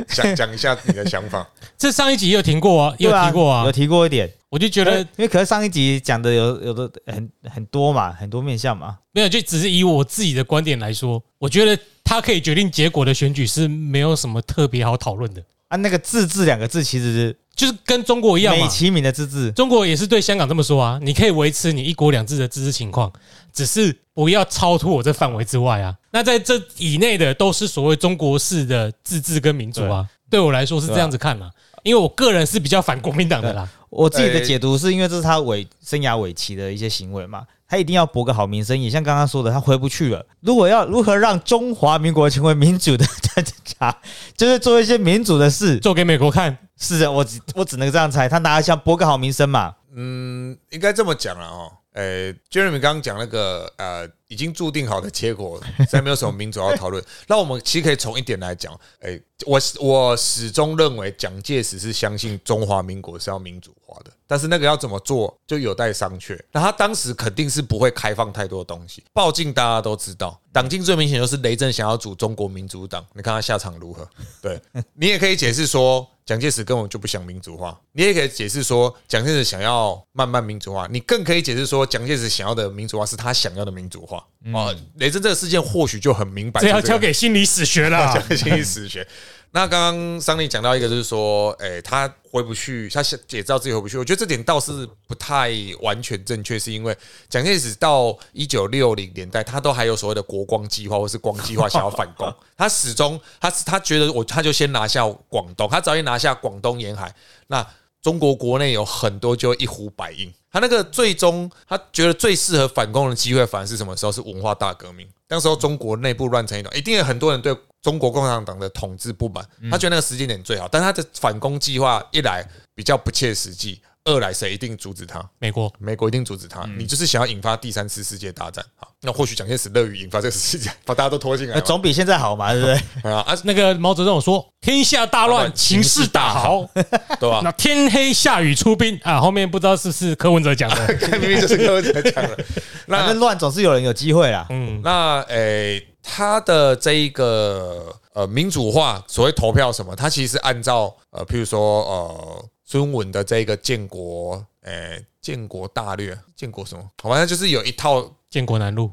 Speaker 1: 讲讲一下你的想法。
Speaker 3: 这上一集也有提过啊，
Speaker 2: 对
Speaker 3: 也有哎提过
Speaker 2: 有
Speaker 3: 啊，
Speaker 2: 提过一点。
Speaker 3: 我就觉
Speaker 2: 因为
Speaker 3: 得
Speaker 2: 因为可是上一集讲的有有的很很多嘛，很多面向嘛。
Speaker 3: 没有，就只是以我自己的观点来说，我觉得他可以决定结果的选举是没有什么特别好讨论的，
Speaker 2: 啊，那个“自治”两个字其实是
Speaker 3: 就是跟中国一样
Speaker 2: 美
Speaker 3: 嘛。
Speaker 2: 其名的“自治
Speaker 3: 中国也是对香港这么说啊，你可以维持你一国两制的自治情况，只是不要超出我这范围之外啊。那在这以内的都是所谓中国式的自治跟民主啊。对我来说是这样子看啦、因为我个人是比较反国民党的啦。”。
Speaker 2: 我自己的解读是因为这是他尾生涯尾期的一些行为嘛，他一定要博个好名声。也像刚刚说的，他回不去了。如果要如何让中华民国成为民主的 大家，就是做一些民主的事。
Speaker 3: 做给美国看，
Speaker 2: 是的，我只我只能这样猜，他拿想博个好名声嘛。
Speaker 1: 嗯，应该这么讲了哦。呃，Jeremy 刚刚讲那个呃，已经注定好的结果，实在没有什么民主要讨论。那我们其实可以从一点来讲，哎、我我始终认为蒋介石是相信中华民国是要民主化的，但是那个要怎么做就有待商榷。那他当时肯定是不会开放太多东西，报禁大家都知道，党禁最明显就是雷震想要组中国民主党，你看他下场如何？对 你也可以解释说。蒋介石根本就不想民主化，你也可以解释说蒋介石想要慢慢民主化，你更可以解释说蒋介石想要的民主化是他想要的民主化。
Speaker 3: 嗯
Speaker 1: 哦，雷震这个事件或许就很明白是
Speaker 3: 这
Speaker 1: 个，
Speaker 3: 要交给心理史学 啦。
Speaker 1: 讲心理史学。那刚刚桑尼讲到一个，就是说，诶、他回不去，他想也知道自己回不去。我觉得这点倒是不太完全正确，是因为蒋介石到一九六零年代，他都还有所谓的国光计划或是光计划想要反攻，他始终他他觉得我他就先拿下广东，他只要一拿下广东沿海，那中国国内有很多就会一呼百应。他那个最终，他觉得最适合反攻的机会，反而是什么时候？是文化大革命。当时候中国内部乱成一团，一定有很多人对中国共产党的统治不满。他觉得那个时间点最好，但他的反攻计划一来比较不切实际，二来谁一定阻止他？
Speaker 3: 美国
Speaker 1: 美国一定阻止他。你就是想要引发第三次世界大战。好，那或许蒋介石乐于引发这个世界，把大家都拖进来
Speaker 2: 那
Speaker 1: 嘛。
Speaker 2: 总比现在好嘛，对不对？
Speaker 1: 啊啊，
Speaker 3: 那个毛泽东有说：“天下大乱，情势大好。
Speaker 1: 对 吧、”
Speaker 3: 那天黑下雨出兵啊，后面不知道是不是柯文哲讲的。
Speaker 1: 明明就是柯文哲讲的。
Speaker 2: 反正乱总是有人有机会啦。
Speaker 3: 嗯，
Speaker 1: 那诶、他的这一个呃民主化，所谓投票什么，他其实按照呃，譬如说呃孙文的这一个建国诶、建国大略，建国什么，反正就是有一套
Speaker 3: 建国南路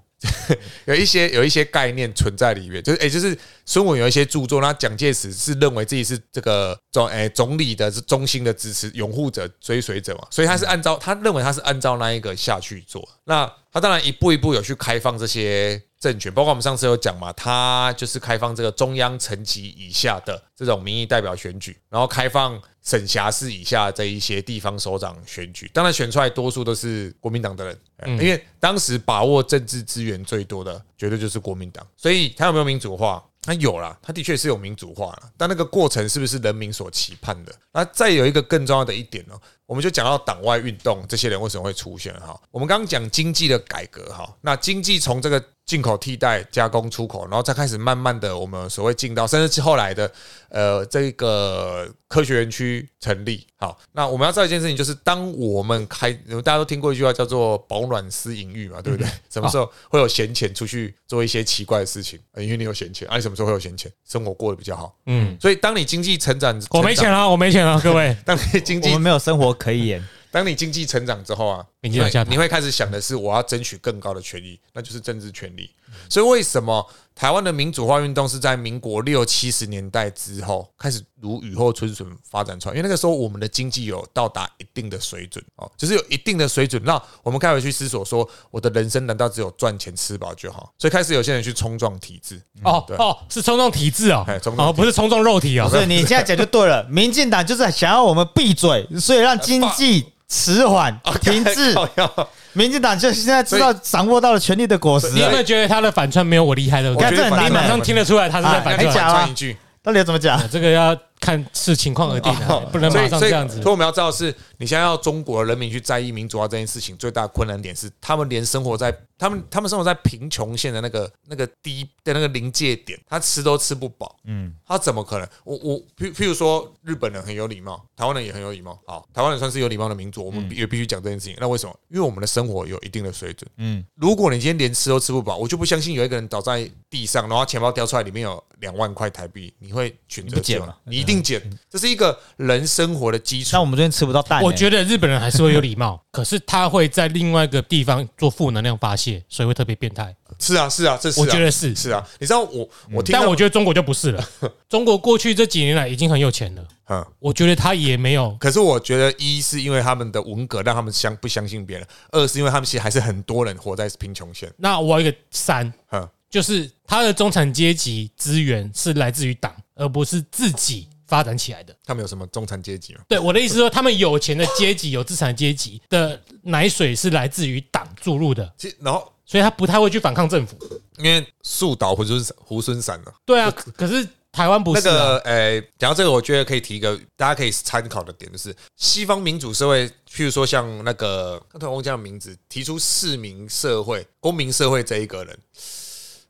Speaker 1: 有一些有一些概念存在里面，就是哎、就是孙文有一些著作，那蒋介石是认为自己是这个总哎、总理的是中心的支持拥护者、追随者嘛，所以他是按照他认为他是按照那一个下去做。那他当然一步一步有去开放这些政权，包括我们上次有讲嘛，他就是开放这个中央层级以下的这种民意代表选举，然后开放省辖市以下这一些地方首长选举，当然选出来多数都是国民党的人，因为当时把握政治资源最多的绝对就是国民党，所以他有没有民主化？那有啦，它的确是有民主化了，但那个过程是不是人民所期盼的？那再有一个更重要的一点哦、我们就讲到党外运动这些人为什么会出现哈。我们刚刚讲经济的改革哈，那经济从这个进口替代、加工、出口，然后再开始慢慢的我们所谓进到，甚至是后来的呃这个科学园区成立。好，那我们要知道一件事情，就是当我们开，大家都听过一句话叫做“饱暖思淫欲”嘛，对
Speaker 3: 嗯
Speaker 1: 不对？什
Speaker 3: 哦
Speaker 1: 么时候会有闲钱出去做一些奇怪的事情？呃因为你有闲钱，啊，你什么时候会有闲钱？生活过得比较好。
Speaker 3: 嗯，
Speaker 1: 所以当你经济成长，
Speaker 3: 我没钱啊
Speaker 1: 成长，
Speaker 3: 了，我没钱了，各位
Speaker 1: 当你经
Speaker 2: 我
Speaker 1: 济
Speaker 2: 们没有生活可 以演，
Speaker 1: 当你经济成长之后啊，
Speaker 3: 民进党下台
Speaker 1: 你会开始想的是我要争取更高的权益，那就是政治权利。所以为什么台湾的民主化运动是在民国六七十年代之后开始如雨后春笋发展出来？因为那个时候我们的经济有到达一定的水准哦，就是有一定的水准，那我们开始去思索说，我的人生难道只有赚钱吃饱就好？所以开始有些人去冲撞体制，嗯
Speaker 3: 哦
Speaker 1: 对
Speaker 3: 哦，是冲撞体制哦
Speaker 1: 哎冲，撞
Speaker 3: 哦，不是冲撞肉体哦，
Speaker 2: 所以你现在讲就对 了。民进党就是想要我们闭嘴，所以让经济迟 缓
Speaker 1: 哦
Speaker 2: 停滞。
Speaker 1: 靠腰
Speaker 2: 民进党就现在知道掌握到了权力的果实
Speaker 3: 你有没
Speaker 2: 了。
Speaker 3: 有觉得他的反串没有我厉害的？
Speaker 1: 我觉
Speaker 2: 看这
Speaker 1: 得
Speaker 2: 很
Speaker 1: 反
Speaker 3: 啊
Speaker 2: 难
Speaker 3: 你
Speaker 1: 正
Speaker 2: 欸
Speaker 3: 马上听得出来他是在
Speaker 2: 哎
Speaker 3: 反
Speaker 1: 来
Speaker 2: 你
Speaker 3: 串
Speaker 2: 讲。啊
Speaker 1: 串一句。
Speaker 2: 到底要怎么讲
Speaker 1: 嗯
Speaker 3: 啊？这个要看视情况而定啊，不能
Speaker 1: 所
Speaker 3: 马
Speaker 1: 以，
Speaker 3: 上
Speaker 1: 哦所
Speaker 3: 这
Speaker 1: 以，
Speaker 3: 样子
Speaker 1: 所以。我们要知道的是，你现在要中国人民去在意民主化这件事情，最大的困难点是，他们连生活在他们他们生活在贫穷线的那个那个低的那个临界点，他吃都吃不饱，嗯，他怎么可能？我我譬譬如说，日本人很有礼貌，台湾人也很有礼貌，好，台湾人算是有礼貌的民族，我
Speaker 3: 嗯
Speaker 1: 们必也必须讲这件事情。那为什么？因为我们的生活有一定的水准，
Speaker 2: 嗯
Speaker 1: 嗯，如果你今天连吃都吃不饱，我就不相信有一个人倒在地上，然后他钱包掉出来，里面有两万块台币，你会选择
Speaker 2: 你不捡
Speaker 1: 吃
Speaker 2: 吗
Speaker 1: 你一定减，这是一个人生活的基础
Speaker 2: 那。我们这边吃不到蛋欸，
Speaker 3: 嗯我觉得日本人还是会有礼貌，可是他会在另外一个地方做负能量发泄，所以会特别变态。
Speaker 1: 是啊，是啊，这是、啊、
Speaker 3: 我觉得是嗯
Speaker 1: 是啊。你知道我我听到，
Speaker 3: 但我觉得中国就 不是了，中国过去这几年来已经很有钱了，
Speaker 1: 嗯，
Speaker 3: 我觉得他也没有。
Speaker 1: 可是我觉得一是因为他们的文革让他们相不相信别人，二是因为他们其实还是很多人活在贫穷线。
Speaker 3: 那我有一个三，
Speaker 1: 嗯，
Speaker 3: 就是他的中产阶级资源是来自于党，而不是自己发展起来的。
Speaker 1: 他们有什么中产阶级吗？
Speaker 3: 对我的意思说，他们有钱的阶级、有资产阶级的奶水是来自于党注入的，
Speaker 1: 其实然后
Speaker 3: 所以他不太会去反抗政府。
Speaker 1: 因为树倒猢狲猢狲散了。
Speaker 3: 对啊，可是台湾不
Speaker 1: 那
Speaker 3: 是、啊、
Speaker 1: 个，呃，讲到这个，我觉得可以提一个大家可以参考的点，就是西方民主社会，譬如说像那个，刚才忘记他的名字，提出市民社会、公民社会这一个人，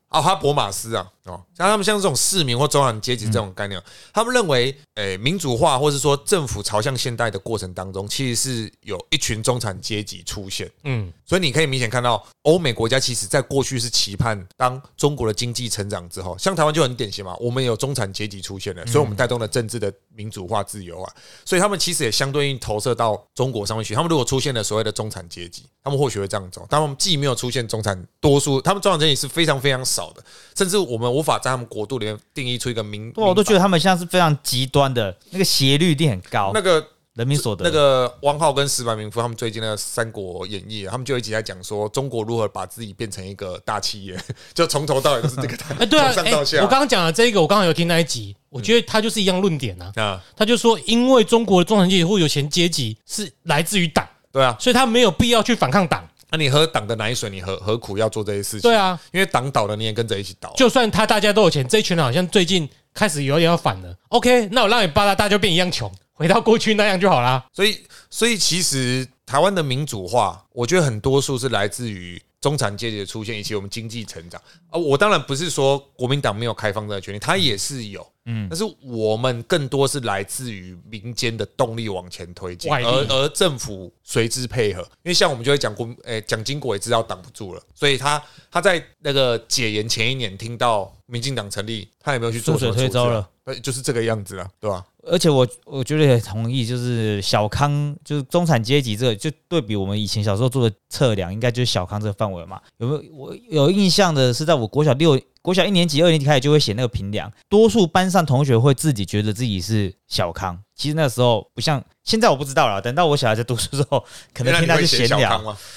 Speaker 1: 啊，哈伯马斯啊，哦，像他们像这种市民或中产阶级这种概念，啊他们认为，诶、民主化或是说政府朝向现代的过程当中，其实是有一群中产阶级出现，
Speaker 3: 嗯，
Speaker 1: 所以你可以明显看到，欧美国家其实在过去是期盼当中国的经济成长之后，像台湾就很典型嘛，我们有中产阶级出现
Speaker 2: 嗯
Speaker 1: 了，所以我们带动了政治的民主化、自由啊，所以他们其实也相对应投射到中国上面去。他们如果出现了所谓的中产阶级，他们或许会这样走，但他们既没有出现中产多数，他们中产阶级是非常非常少的，甚至我们无法在他们国度里面定义出一个明。
Speaker 2: 对，我都觉得
Speaker 1: 明
Speaker 2: 他们现在是非常极端的，那个斜率一定很
Speaker 1: 白。
Speaker 2: 高
Speaker 1: 那个
Speaker 2: 人民所得
Speaker 1: 那个汪浩跟石柏明夫他们最近那个《三国演义》，啊他们就一直在讲说中国如何把自己变成一个大企业， 就从头到尾都是这个大，
Speaker 3: 哎、对啊
Speaker 1: 从，上
Speaker 3: 哎、
Speaker 1: 到下。
Speaker 3: 我刚刚讲的这个，我刚好有听那一集，我觉得他就是一样论点 啊。
Speaker 1: 啊，
Speaker 3: 他就说，因为中国的中产阶级或有钱阶级是来自于党，
Speaker 1: 对啊，
Speaker 3: 所以他没有必要去反抗党。
Speaker 1: 那你喝党的奶水，你何何苦要做这些事情？
Speaker 3: 对啊，
Speaker 1: 因为党倒了，你也跟着一起倒。
Speaker 3: 就算他大家都有钱，这一群人好像最近开始有点要反了。OK，那我让你八大大家就变一样穷，回到过去那样就好啦。
Speaker 1: 所以，所以其实台湾的民主化，我觉得很多数是来自于中产阶级的出现，以及我们经济成长。啊，我当然不是说国民党没有开放这个权利，它也是有，嗯，但是我们更多是来自于民间的动力往前推进，
Speaker 3: 外力
Speaker 1: 而而政府随之配合。因为像我们就会讲国，诶，蒋经国也知道挡不住了，所以他他在那个解严前一年听到民进党成立，他也没有去做
Speaker 2: 顺
Speaker 1: 什
Speaker 2: 水
Speaker 1: 么处
Speaker 2: 推舟
Speaker 1: 置啊
Speaker 2: 了，
Speaker 1: 呃就是这个样子了，对吧？
Speaker 2: 而且我我觉得也同意，就是小康，就是中产阶级这个，就对比我们以前小时候做的测量，应该就是小康这个范围嘛。有没有我有印象的是，在我国小六、国小一年级、二年级开始就会写那个评量，多数班上同学会自己觉得自己是小康。其实那时候不像现在，我不知道了。等到我小孩在读书之后，可能
Speaker 1: 那
Speaker 2: 听
Speaker 1: 你
Speaker 2: 他
Speaker 1: 会
Speaker 2: 去
Speaker 1: 写
Speaker 2: 闲
Speaker 1: 小康
Speaker 2: 聊，
Speaker 1: 吗？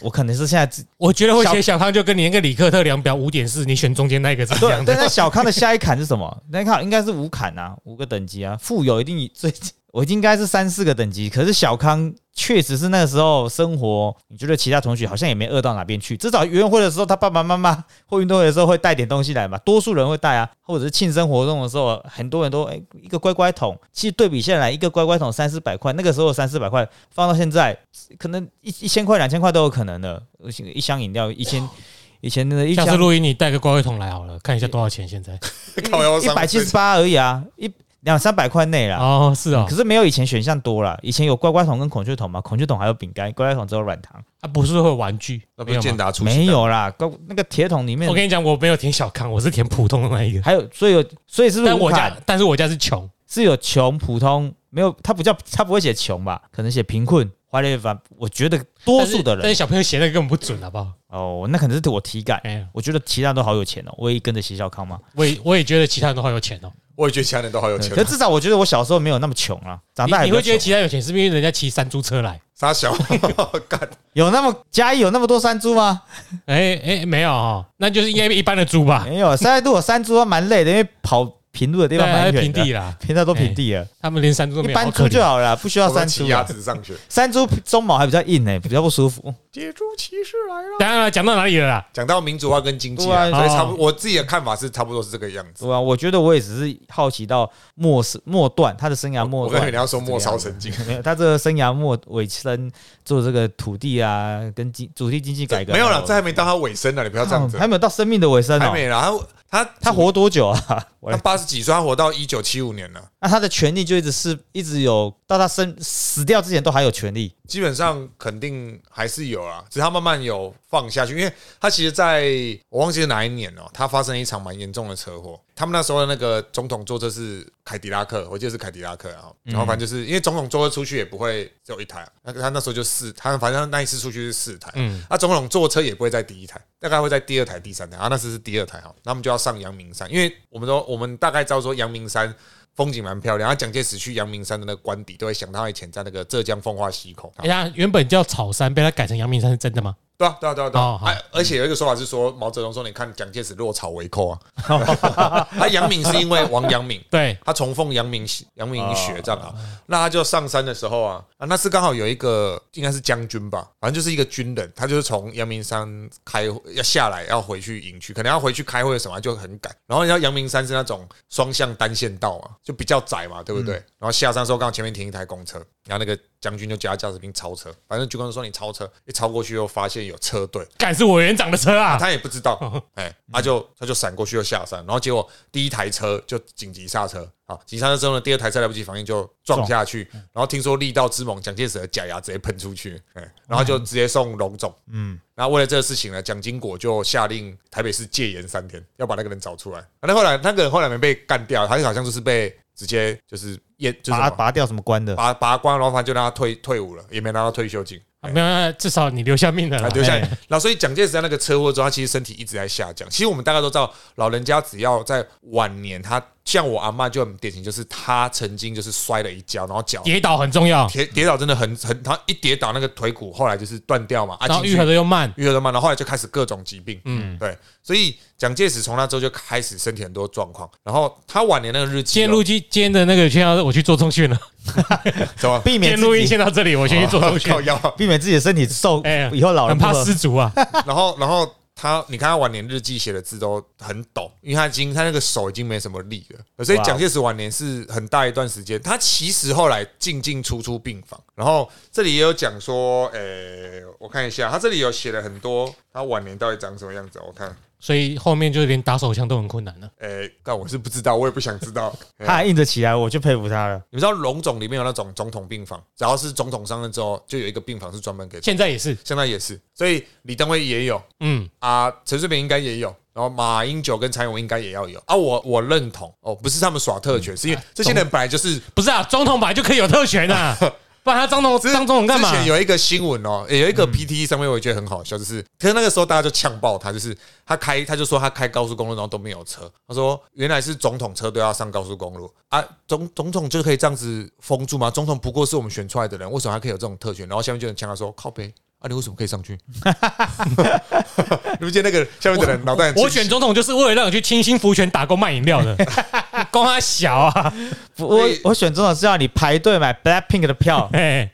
Speaker 2: 我可能是现在自
Speaker 3: 我觉得会写小康就跟你那个里克特量表五点四，你选中间那个是一
Speaker 2: 对
Speaker 3: 样，的。
Speaker 2: 但那小康的下一坎是什么？那看应该是五坎啊，五个等级啊。富有一定最，我应该是三四个等级，可是小康确实是那个时候生活，你觉得其他同学好像也没饿到哪边去。至少园游会的时候，他爸爸妈妈或运动会的时候会带点东西来嘛，多数人会带啊，或者是庆生活动的时候，很多人都哎、一个乖乖桶。其实对比下来，一个乖乖桶三四百块，那个时候三四百块放到现在，可能一一千块、两千块都有可能的。一箱饮料一千，以前的一
Speaker 3: 下
Speaker 2: 箱
Speaker 3: 次录音你带个乖乖桶来好了，看一下多少钱现在。
Speaker 1: 靠腰
Speaker 2: 一百七十八而已啊，一两三百块内啦。
Speaker 3: 哦，是哦
Speaker 2: 可，是没有以前选项多了，以前有乖乖桶跟孔雀桶嘛，孔雀桶还有饼干，乖乖桶只有软糖，
Speaker 3: 啊，不是会有玩具，
Speaker 1: 那不
Speaker 3: 没
Speaker 1: 是
Speaker 3: 有
Speaker 1: 健
Speaker 3: 吗？
Speaker 1: 达出
Speaker 2: 没有啦，乖那个铁桶里面
Speaker 3: 我跟你讲，我没有填小康，我是填普通的那一个。
Speaker 2: 还有，所以有所以是不是
Speaker 3: 但
Speaker 2: 无
Speaker 3: 我家
Speaker 2: 卡，
Speaker 3: 但是我家是穷，
Speaker 2: 是有穷普通没有，他不叫他不会写穷吧，可能写贫困。花了一番，我觉得多
Speaker 3: 但是
Speaker 2: 数的
Speaker 3: 但
Speaker 2: 人
Speaker 3: 是小朋友写那个根本不准，好不好？
Speaker 2: 哦，那可能是我体感，
Speaker 3: 哎呀，
Speaker 2: 我觉得其他都好有钱哦，我也跟着写小康嘛，
Speaker 3: 我也我也觉得其他人都好有钱哦。
Speaker 1: 我也觉得其他人都好有
Speaker 2: 可
Speaker 1: 钱，啊
Speaker 2: 至少我觉得我小时候没有那么穷啊，长大
Speaker 3: 你
Speaker 2: 也
Speaker 3: 你
Speaker 2: 不
Speaker 3: 会觉得
Speaker 2: 穷
Speaker 3: 其他人有钱是因为人家骑山猪 车来？
Speaker 1: 傻小干
Speaker 2: 有那么嘉义有那么多山猪吗？
Speaker 3: 哎哎，没有哈，那就是应该一般的猪吧？
Speaker 2: 没有，现在如果山猪蛮累的，因为跑平路的哎地
Speaker 3: 对
Speaker 2: 方
Speaker 3: 啊，
Speaker 2: 蛮远
Speaker 3: 平
Speaker 2: 的
Speaker 3: 地，啦，
Speaker 2: 平常都平地
Speaker 1: 哎
Speaker 2: 了，
Speaker 3: 他们连山猪都没
Speaker 2: 一
Speaker 3: 有，好
Speaker 2: 般
Speaker 3: 可
Speaker 2: 猪就
Speaker 3: 怜。
Speaker 2: 好了，不需要
Speaker 1: 我都
Speaker 2: 山猪
Speaker 1: 骑
Speaker 2: 啊
Speaker 1: 鸭。子上学，
Speaker 2: 山猪鬃毛还比较硬呢、比较不舒服。
Speaker 1: 解猪骑士来了。
Speaker 3: 当然了，讲到哪里了啦？
Speaker 1: 啊讲到民主化跟经济啊，
Speaker 2: 对啊
Speaker 1: 所以差不多我自己的看法是差不多是这个样子。
Speaker 2: 对啊，我觉得我也只是好奇到末世末段，他的生涯末
Speaker 1: 我跟你
Speaker 2: 段
Speaker 1: 你，要说末梢神经，
Speaker 2: 没有他这个生涯末尾声做这个土地啊，跟经主题经济改革啊哦
Speaker 1: 没有了，这还没到他尾声呢，你不要这样子
Speaker 2: 还，没有到生命的尾声
Speaker 1: 还
Speaker 2: 哦、
Speaker 1: 没啦。他他
Speaker 2: 他活多久啊？ 我
Speaker 1: 他
Speaker 2: 来
Speaker 1: 八十几岁，他活到一九七五年了。
Speaker 2: 那他的权利就一直是一直有到他生死掉之前都还有权利。
Speaker 1: 基本上肯定还是有啦，只是他慢慢有放下去，因为他其实在我忘记是哪一年哦、他发生了一场蛮严重的车祸。他们那时候的那个总统坐车是凯迪拉克，我记得是凯迪拉克啊，然后反正就是因为总统坐车出去也不会只有一台啊，那个他那时候就四，他反正那一次出去是四台，嗯，那总统坐车也不会在第一台，大概会在第二台、第三台啊，那次是第二台哈，那我们就要上阳明山，因为我们都我们大概知道说阳明山。风景蛮漂亮，然后蒋介石去阳明山的那个官邸，都会想到他以前在那个浙江奉化溪口，
Speaker 3: 哎呀，原本叫草山，被他改成阳明山，是真的吗？
Speaker 1: 对啊，对啊，对啊，对啊
Speaker 3: 哦。好
Speaker 1: 哎，而且有一个说法是说，毛泽东说，你看蒋介石落草为寇 啊。 他杨敏是因为王阳明，
Speaker 3: 对，
Speaker 1: 他崇奉阳明阳明学这样啊。那他就上山的时候啊，啊，那是刚好有一个应该是将军吧，反正就是一个军人，他就是从阳明山开要下来，要回去营区，可能要回去开会什么，就很赶。然后你知道阳明山是那种双向单线道嘛，就比较窄嘛，对不对？然后下山的时候，刚好前面停一台公车，然后那个将军就叫他驾驶兵超车，反正军官就说你超车，一超过去又发现有车队。
Speaker 3: 改是委员长的车啊！
Speaker 1: 他也不知道， 哎，他就他就闪过去就下山，然后结果第一台车就紧急刹车啊，紧急刹车之后呢，第二台车来不及反应就撞下去，
Speaker 2: 嗯
Speaker 1: 然后听说力道之猛，蒋介石的假牙直接喷出去，哎，然后就直接送龙 总，嗯，然后为了这个事情呢，蒋经国就下令台北市戒严三天，要把那个人找出来，啊那后来那个人后来没被干掉，他好像就是被直接就是验就是什
Speaker 2: 拔
Speaker 1: 么
Speaker 2: 拔掉什么关的？
Speaker 1: 拔拔光，然后反正就让他退退伍了，也没拿到退休金。
Speaker 3: 啊没有，那至少你留下命了啦
Speaker 1: 啊，。留下来
Speaker 3: 哎。
Speaker 1: 然后所以蒋介石在那个车祸之后，他其实身体一直在下降。其实我们大家都知道，老人家只要在晚年，他像我阿妈就很典型，就是她曾经就是摔了一跤，然后脚
Speaker 3: 跌倒很重
Speaker 2: 啊
Speaker 3: 要，
Speaker 1: 跌跌倒真的很很，她一跌倒那个腿骨后来就是断掉嘛，啊，
Speaker 3: 然后
Speaker 1: 进
Speaker 3: 愈
Speaker 1: 去
Speaker 3: 合的又慢，
Speaker 1: 愈合的嘛，然后后来就开始各种疾病，嗯，对。所以蒋介石从那之后就开始身体很多状况，然后他晚年那个日
Speaker 3: 今
Speaker 1: 记
Speaker 3: 天
Speaker 1: 哦、
Speaker 3: 录
Speaker 2: 啊
Speaker 3: 机今天的那个先要我去做 通讯了，
Speaker 1: 什么
Speaker 2: 避
Speaker 3: 今天
Speaker 2: 免
Speaker 3: 录
Speaker 2: 自
Speaker 3: 音
Speaker 2: 己
Speaker 3: 先到这里，我先去做通讯
Speaker 1: 靠，腰，
Speaker 2: 避免自己的身体受
Speaker 3: 哎，
Speaker 2: 以后老了
Speaker 3: 很
Speaker 2: 不
Speaker 3: 怕
Speaker 2: 合
Speaker 3: 失足啊，
Speaker 1: 然后，然后他，你看他晚年日记写的字都很抖，因为他已经他那个手已经没什么力了，所以
Speaker 2: 哇
Speaker 1: 蒋介石晚年是很大一段时间，他其实后来进进出出病房。然后这里也有讲说，诶、我看一下，他这里有写了很多他晚年到底长什么样子，我看，
Speaker 3: 所以后面就连打手枪都很困难了。
Speaker 1: 诶、但我是不知道，我也不想知道。
Speaker 2: 他还硬着起来，我就佩服他了。
Speaker 1: 你们知道龙总里面有那种总统病房，只要是总统上任之后，就有一个病房是专门给，
Speaker 3: 现在也是，
Speaker 1: 现在也是，所以李登辉也有，
Speaker 3: 嗯，
Speaker 1: 啊，陈水扁应该也有，然后马英九跟蔡英文应该也要有啊。我我认同哦，不是他们耍特权，是因为这些人本来就是。
Speaker 3: 不是啊，总统本来就可以有特 权啊，不然他当总
Speaker 1: 之
Speaker 3: 当总统干嘛嗯
Speaker 1: 之？前有一个新闻哦，也有一个 PTE 上面我也觉得很好笑，就是，可是那个时候大家就呛爆他，就是他开他就说他开高速公路然后都没有车，他说原来是总统车队要上高速公路啊，总总统就可以这样子封住吗？总统不过是我们选出来的人，为什么还可以有这种特权？然后下面就有人呛他说靠背。啊，你为什么可以上去？ 你不记得那个下面的人脑袋很清晰？
Speaker 3: 我选总统就是为了让你去清新福泉打工卖饮 料的，光他小啊，，
Speaker 2: 不我我选总统是要你排队买 Blackpink 的票
Speaker 3: 哎，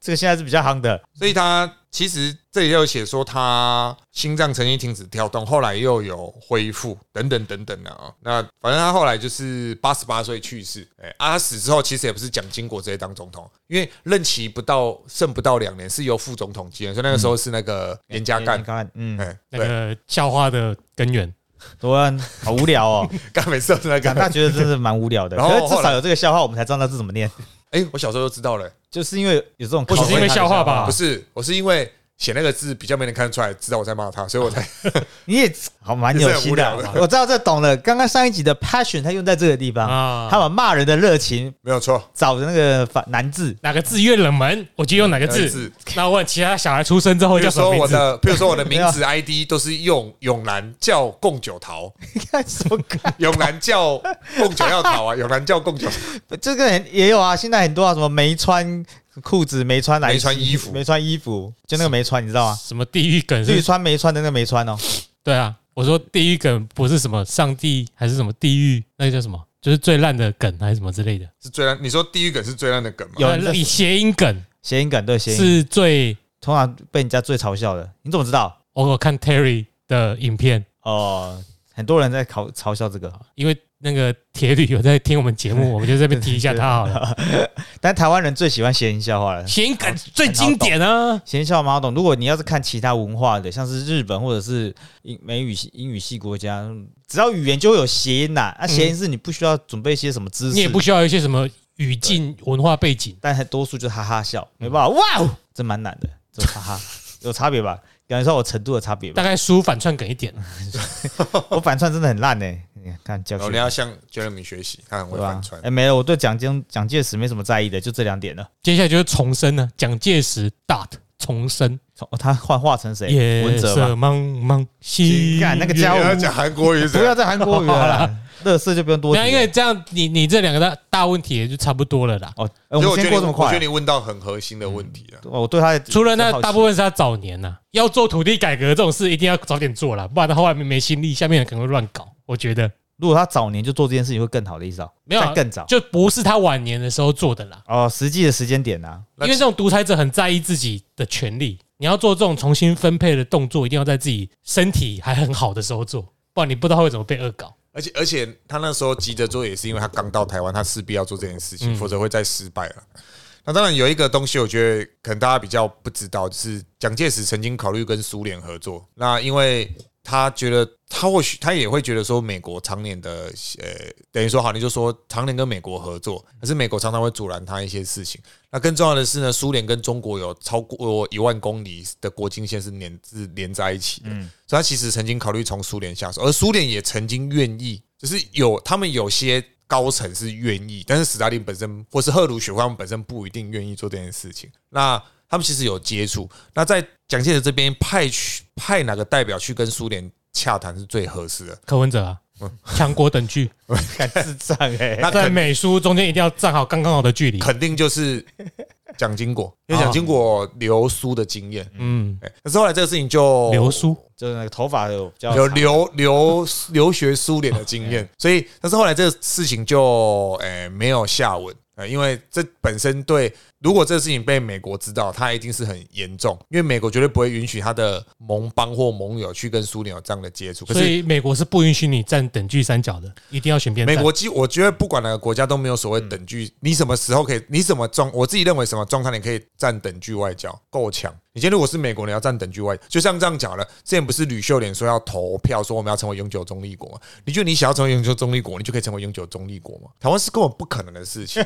Speaker 2: 这个现在是比较夯的。
Speaker 1: 所以他其实这里又写说他心脏曾经停止跳动，后来又有恢复，等等等等的啊。那反正他后来就是八十八岁去世。哎、啊，他死之后其实也不是蒋经国直接当总统，因为任期不到剩不到两年，是由副总统继任，所以那个时候是那个严家淦
Speaker 2: 你。看，嗯，
Speaker 1: 哎、
Speaker 3: 那
Speaker 1: 对，
Speaker 3: 个校花的根源，
Speaker 2: 多安好无聊 哦，
Speaker 1: 刚每次都是那
Speaker 2: 长大
Speaker 1: 个。
Speaker 2: 觉得真是蛮无聊的。
Speaker 1: 然后
Speaker 2: 可是至
Speaker 1: 后
Speaker 2: 少
Speaker 1: 来
Speaker 2: 有这个笑话，我们才知道它是怎么念。
Speaker 1: 哎、我小时候就知道了、
Speaker 2: 就是因为有这种，
Speaker 3: 不是因为笑话吧啊
Speaker 1: 不是，我是因为写那个字比较没人看出来，知道我在骂他，所以我才
Speaker 2: 你也好蛮有心
Speaker 1: 也是很无聊
Speaker 2: 的。我知道这懂了。刚刚上一集的 passion，他用在这个地方，
Speaker 3: 啊
Speaker 2: 他把骂人的热情
Speaker 1: 没有错。
Speaker 2: 找的那个反难字，
Speaker 3: 哪个字越冷门，我就用哪个
Speaker 1: 哪个
Speaker 3: 字
Speaker 1: 字。
Speaker 3: 那我问其他小孩出生之后
Speaker 1: 比
Speaker 3: 叫
Speaker 1: 如
Speaker 3: 什么
Speaker 1: 说
Speaker 3: 名
Speaker 1: 我
Speaker 3: 字？
Speaker 1: 的，比如说我的名字 ID 都是用永南叫贡九桃，
Speaker 2: 你看什么鬼？
Speaker 1: 永南叫贡九要逃 啊，永南叫贡九，
Speaker 2: 这个很也有啊，现在很多啊，什么没穿裤子、没穿来
Speaker 1: 没穿衣服
Speaker 2: 没穿衣服，就那个没穿，你知道吗？
Speaker 3: 什么地狱梗
Speaker 2: 绿
Speaker 3: 是？
Speaker 2: 穿没穿的那个没穿哦，
Speaker 3: 对啊，我说地狱梗不是什么上帝还是什么地狱，那个叫什么？就是最烂的梗还是什么之类的？
Speaker 1: 是最烂。你说地狱梗是最烂的梗吗？
Speaker 2: 有
Speaker 3: 呃
Speaker 2: 那
Speaker 3: 以谐音梗
Speaker 2: 谐音梗对谐音，
Speaker 3: 是最
Speaker 2: 通常被人家最嘲笑的。你怎么知道？
Speaker 3: 我有看 Terry 的影片，
Speaker 2: 哦、很多人在嘲嘲笑这个，
Speaker 3: 因为那个铁旅有在听我们 节目，我们就这边提一下他好了。
Speaker 2: 但台湾人最喜欢谐音笑话了。
Speaker 3: 谐音梗最经典啊！
Speaker 2: 谐音笑话蛮好懂。如果你要是看其他文化的，像是日本或者是英美语系英语系国家，嗯只要语言就会有谐音呐、那谐音是你不需要准备一些什么知识，
Speaker 3: 嗯你也不需要一些什么语境、文化背景。
Speaker 2: 但很多数就是哈哈笑，没办法，哇哦，这蛮难的，这种哈哈有差别吧？感觉到我程度的差别
Speaker 3: 大
Speaker 2: 吧。
Speaker 3: 概输反串梗一点，
Speaker 2: 我反串真的很烂呢、你看教
Speaker 1: 然后
Speaker 2: 训
Speaker 1: 你要向 Jeremy 学习，他很会
Speaker 2: 对吧
Speaker 1: 反？串
Speaker 2: 哎、。没了，我对蒋经蒋介石没什么在意的，就这两点了。
Speaker 3: 接下来就是重生呢、蒋介石 dot 重生，
Speaker 2: 从、哦、他幻化成谁？
Speaker 3: 夜
Speaker 2: 文哲
Speaker 3: 色
Speaker 2: 吧？
Speaker 3: 茫茫，西
Speaker 2: 干那个
Speaker 3: 元
Speaker 1: 你
Speaker 2: 家
Speaker 1: 要讲韩国语是
Speaker 2: 不
Speaker 1: 吧
Speaker 2: 要再韩国语了啦，乐色就不用多
Speaker 3: 没
Speaker 2: 提
Speaker 3: 有，
Speaker 2: 了。
Speaker 3: 因为这样你你这两个大大问题也就差不多了啦。
Speaker 2: 哦，哎
Speaker 1: 所以
Speaker 2: 我们
Speaker 1: 我觉
Speaker 2: 先
Speaker 1: 得
Speaker 2: 过
Speaker 1: 你
Speaker 2: 这么
Speaker 1: 我觉
Speaker 2: 快
Speaker 1: 得你问到很核心的问题了。啊
Speaker 2: 哦，我对他的
Speaker 3: 除了那大部
Speaker 2: 分
Speaker 3: 分是他早年呐、要做土地改革这种事，一定要早点做啦，不然他后来没心力，下面人可能会乱搞。我觉得
Speaker 2: 如果他早年就做这件事情，会更好的意思哦，
Speaker 3: 没有啊
Speaker 2: 再更早
Speaker 3: 就不是他晚年的时候做的啦，
Speaker 2: 哦，实际的时间点啊 呐、
Speaker 3: 因为这种独裁者很在意自己的权利，你要做这种重新分配的动作，一定要在自己身体还很好的时候做，不然你不知道会怎么被恶搞。
Speaker 1: 而且而且他那时候急着做，也是因为他刚到台湾，他势必要做这件事情，否则会再失败了。那当然有一个东西，我觉得可能大家比较不知道，就是蒋介石曾经考虑跟苏联合作。那因为他觉得他或许他也会觉得说，美国常年的呃，等于说好，你就说常年跟美国合作，可是美国常常会阻拦他一些事情。那更重要的是呢，苏联跟中国有超过一万公里的国境线是连是连在一起的，所以他其实曾经考虑从苏联下手，而苏联也曾经愿意，就是有他们有些高层是愿意，但是斯大林本身或是赫鲁雪夫他们本身不一定愿意做这件事情。那他们其实有接触，那在蒋介石这边派去派哪个代表去跟苏联洽谈是最合适的？
Speaker 3: 柯文哲啊，强国等距，
Speaker 2: 敢智障哎、
Speaker 1: 那
Speaker 3: 在
Speaker 1: 嗯肯
Speaker 3: 美苏中间一定要站好刚刚好的距离。
Speaker 1: 肯定就是蒋经国，因为蒋经国留苏的经验。
Speaker 3: 嗯，
Speaker 1: 哎可是后来这个事情就
Speaker 3: 流苏
Speaker 2: 就是那个头发有比较
Speaker 1: 有
Speaker 2: 长
Speaker 1: 留留留学苏联的经 验，所以但是后来这个事情就诶、呃没有下文。呃，因为这本身对，如果这事情被美国知道，它一定是很严重，因为美国绝对不会允许他的盟邦或盟友去跟苏联有这样的接触。可
Speaker 3: 所
Speaker 1: 是
Speaker 3: 以美国是不允许你站等距三角的，一定要选边站。
Speaker 1: 美国基，我觉得不管哪个国家都没有所谓等距，你什么时候可以，你什么状，我自己认为什么状态你可以站等距外交，够强。你今天如果是美国，你要站等距外，就像这样讲了，之前不是吕秀莲说要投票说我们要成为永久中立国吗？你觉得你想要成为永久中立国，你就可以成为永久中立国吗？台湾是根本不可能的事情。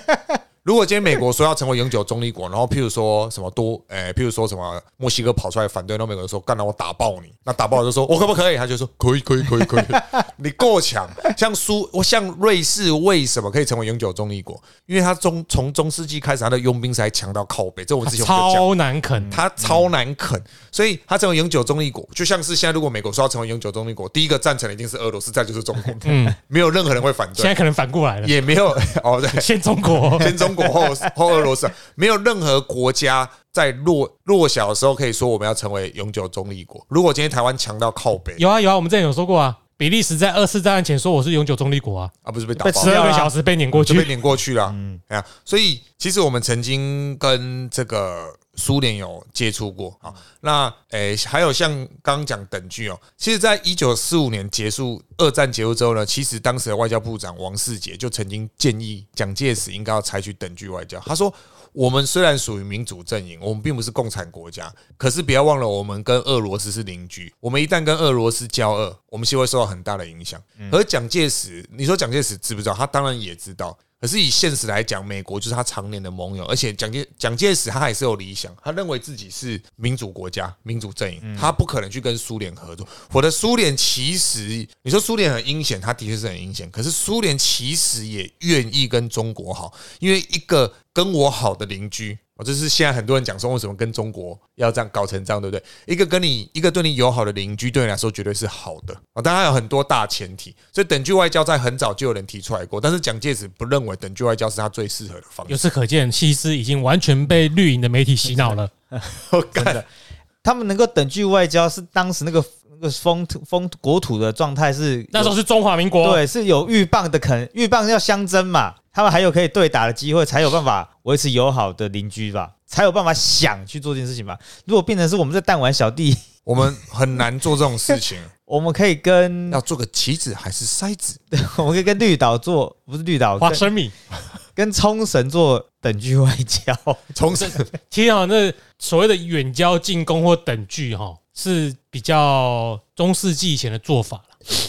Speaker 1: 如果今天美国说要成为永久中立国，然后譬如说什么多，诶、譬如说什么墨西哥跑出来反对，那美国人说干了我打爆你，那打爆我就说我可不可以？他就说可以，可以，可以，可以， 你够强。像苏，我像瑞士为什么可以成为永久中立国？因为他中从中世纪开始，他的佣兵才强到靠北，这嗯我们之前有讲过。
Speaker 3: 啊超难啃，
Speaker 1: 它超难啃，所以它成为永久中立国，就像是现在如果美国说要成为永久中立国，第一个赞成的一定是俄罗斯，再就是中国，嗯，没有任何人会反
Speaker 3: 现
Speaker 1: 对，
Speaker 3: 在可能反过来了，
Speaker 1: 也没有 哦，对，
Speaker 3: 先中国，
Speaker 1: 先中国后后俄罗斯，没有任何国家在弱弱小的时候可以说我们要成为永久中立国。如果今天台湾强到靠北
Speaker 3: 有啊有啊，我们之前有说过啊，比利时在二次大战前说我是永久中立国啊，
Speaker 1: 啊，不是被打
Speaker 2: 被
Speaker 1: 爆
Speaker 2: 吃
Speaker 3: 十
Speaker 2: 掉了啊
Speaker 3: 二个小时被碾过
Speaker 1: 就被
Speaker 3: 去，
Speaker 1: 碾过去了。嗯，哎呀，所以其实我们曾经跟这个苏联有接触过啊。那诶、还有像刚刚讲等距哦，其实，在一九四五年结束二战结束之后呢，其实当时的外交部长王世杰就曾经建议蒋介石应该要采取等距外交。他说。我们虽然属于民主阵营，我们并不是共产国家，可是不要忘了，我们跟俄罗斯是邻居。我们一旦跟俄罗斯交恶，我们就会受到很大的影响。而蒋介石，你说蒋介石知不知道？他当然也知道。可是以现实来讲，美国就是他常年的盟友，而且蒋介蒋介石他还是有理想，他认为自己是民主国家、民主阵营，他不可能去跟苏联合作。我的苏联其实，你说苏联很阴险，他的确是很阴险，可是苏联其实也愿意跟中国好，因为一个跟我好的邻居。哦，这是现在很多人讲说，为什么跟中国要这样搞成这样，对不对？一个跟你一个对你友好的邻居，对你来说绝对是好的啊。当然有很多大前提，所以等距外交在很早就有人提出来过，但是蒋介石不认为等距外交是他最适合的方
Speaker 3: 由
Speaker 1: 式。
Speaker 3: 此可见，西斯已经完全被绿营的媒体洗脑了。
Speaker 1: 我干，
Speaker 2: 他们能够等距外交，是当时那个那个风土风国土的状态是
Speaker 3: 那时候是中华民国，
Speaker 2: 对，是有鹬蚌的肯，鹬蚌要相争嘛，他们还有可以对打的机会，才有办法维持友好的邻居吧，才有办法想去做这件事情吧。如果变成是我们这弹丸小弟，
Speaker 1: 我们很难做这种事情，
Speaker 2: 我们可以跟
Speaker 1: 要做个棋子还是筛子？
Speaker 2: 我们可以跟绿岛做，不是绿岛，
Speaker 3: 花
Speaker 2: 跟
Speaker 3: 生米。
Speaker 2: 跟冲绳做等距外交，
Speaker 1: 重申，
Speaker 3: 其实啊，那所谓的远交近攻或等距哈，是比较中世纪以前的做法了。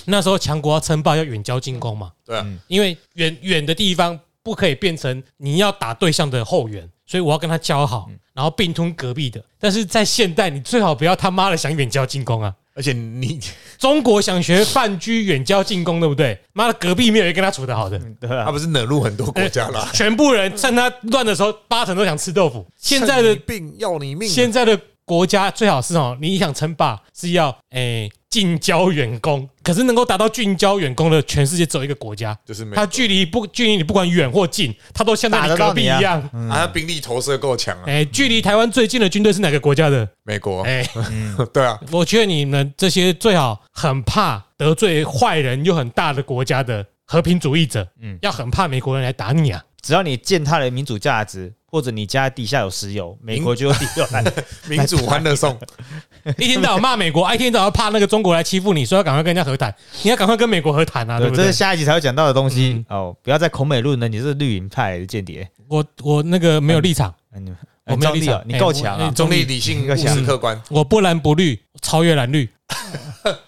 Speaker 3: 那时候强国要称霸，要远交近攻嘛，
Speaker 1: 对啊，
Speaker 3: 因为远远的地方不可以变成你要打对象的后援，所以我要跟他交好，
Speaker 1: 嗯
Speaker 3: 然后并吞隔壁的。但是在现代，你最好不要他妈的想远交近攻啊！
Speaker 1: 而且你
Speaker 3: 中国想学范雎远交近攻，对不对？妈的，隔壁没有人跟他处得好的，
Speaker 2: 对
Speaker 1: 他
Speaker 2: 啊，
Speaker 1: 不是惹怒很多国家 啦？
Speaker 3: 全部人趁他乱的时候，八成都想吃豆腐。现在
Speaker 1: 趁
Speaker 3: 的
Speaker 1: 你病要你命啊，
Speaker 3: 现在的国家最好是哦，你想称霸是要诶、近郊远攻，可是能够达到近郊远攻的，全世界只有一个国家，
Speaker 1: 就是没
Speaker 3: 它距离不距离你不管远或近，它都像在
Speaker 2: 打
Speaker 3: 你
Speaker 2: 得到
Speaker 3: 隔壁一
Speaker 2: 你啊
Speaker 3: 样。
Speaker 1: 啊，他兵力投射够强啊，
Speaker 3: 诶，距离台湾最近的军队是哪个国家的？
Speaker 1: 美国，
Speaker 3: 诶，
Speaker 1: 对啊，
Speaker 3: 我觉得你们这些最好很怕得罪坏人又很大的国家的和平主义者，嗯，要很怕美国人来打你啊。
Speaker 2: 只要你践踏了民主价值，或者你家底下有石油，美国就有理由来。
Speaker 1: 民主欢乐颂。
Speaker 3: 一天到晚骂美国，啊一天到晚怕那个中国来欺负你，说要赶快跟人家和谈，你要赶快跟美国和谈啊，对
Speaker 2: 对，
Speaker 3: 不
Speaker 2: 这
Speaker 3: 对嗯
Speaker 2: 是？下一集才会讲到的东西、哦！不要再孔美论了，你是绿营派的间谍。
Speaker 3: 我我那个没有立场，
Speaker 2: 嗯，你
Speaker 3: 我
Speaker 2: 很
Speaker 3: 没有
Speaker 2: 中
Speaker 3: 立
Speaker 2: 立
Speaker 3: 场
Speaker 2: 哦，，你够强
Speaker 3: 哎
Speaker 2: 啊
Speaker 3: 我哎！
Speaker 1: 中
Speaker 3: 中
Speaker 1: 立、
Speaker 3: 立
Speaker 1: 理性、
Speaker 2: 一个
Speaker 1: 务
Speaker 2: 想
Speaker 1: 实、客观。
Speaker 3: 我不蓝不绿，超越蓝绿，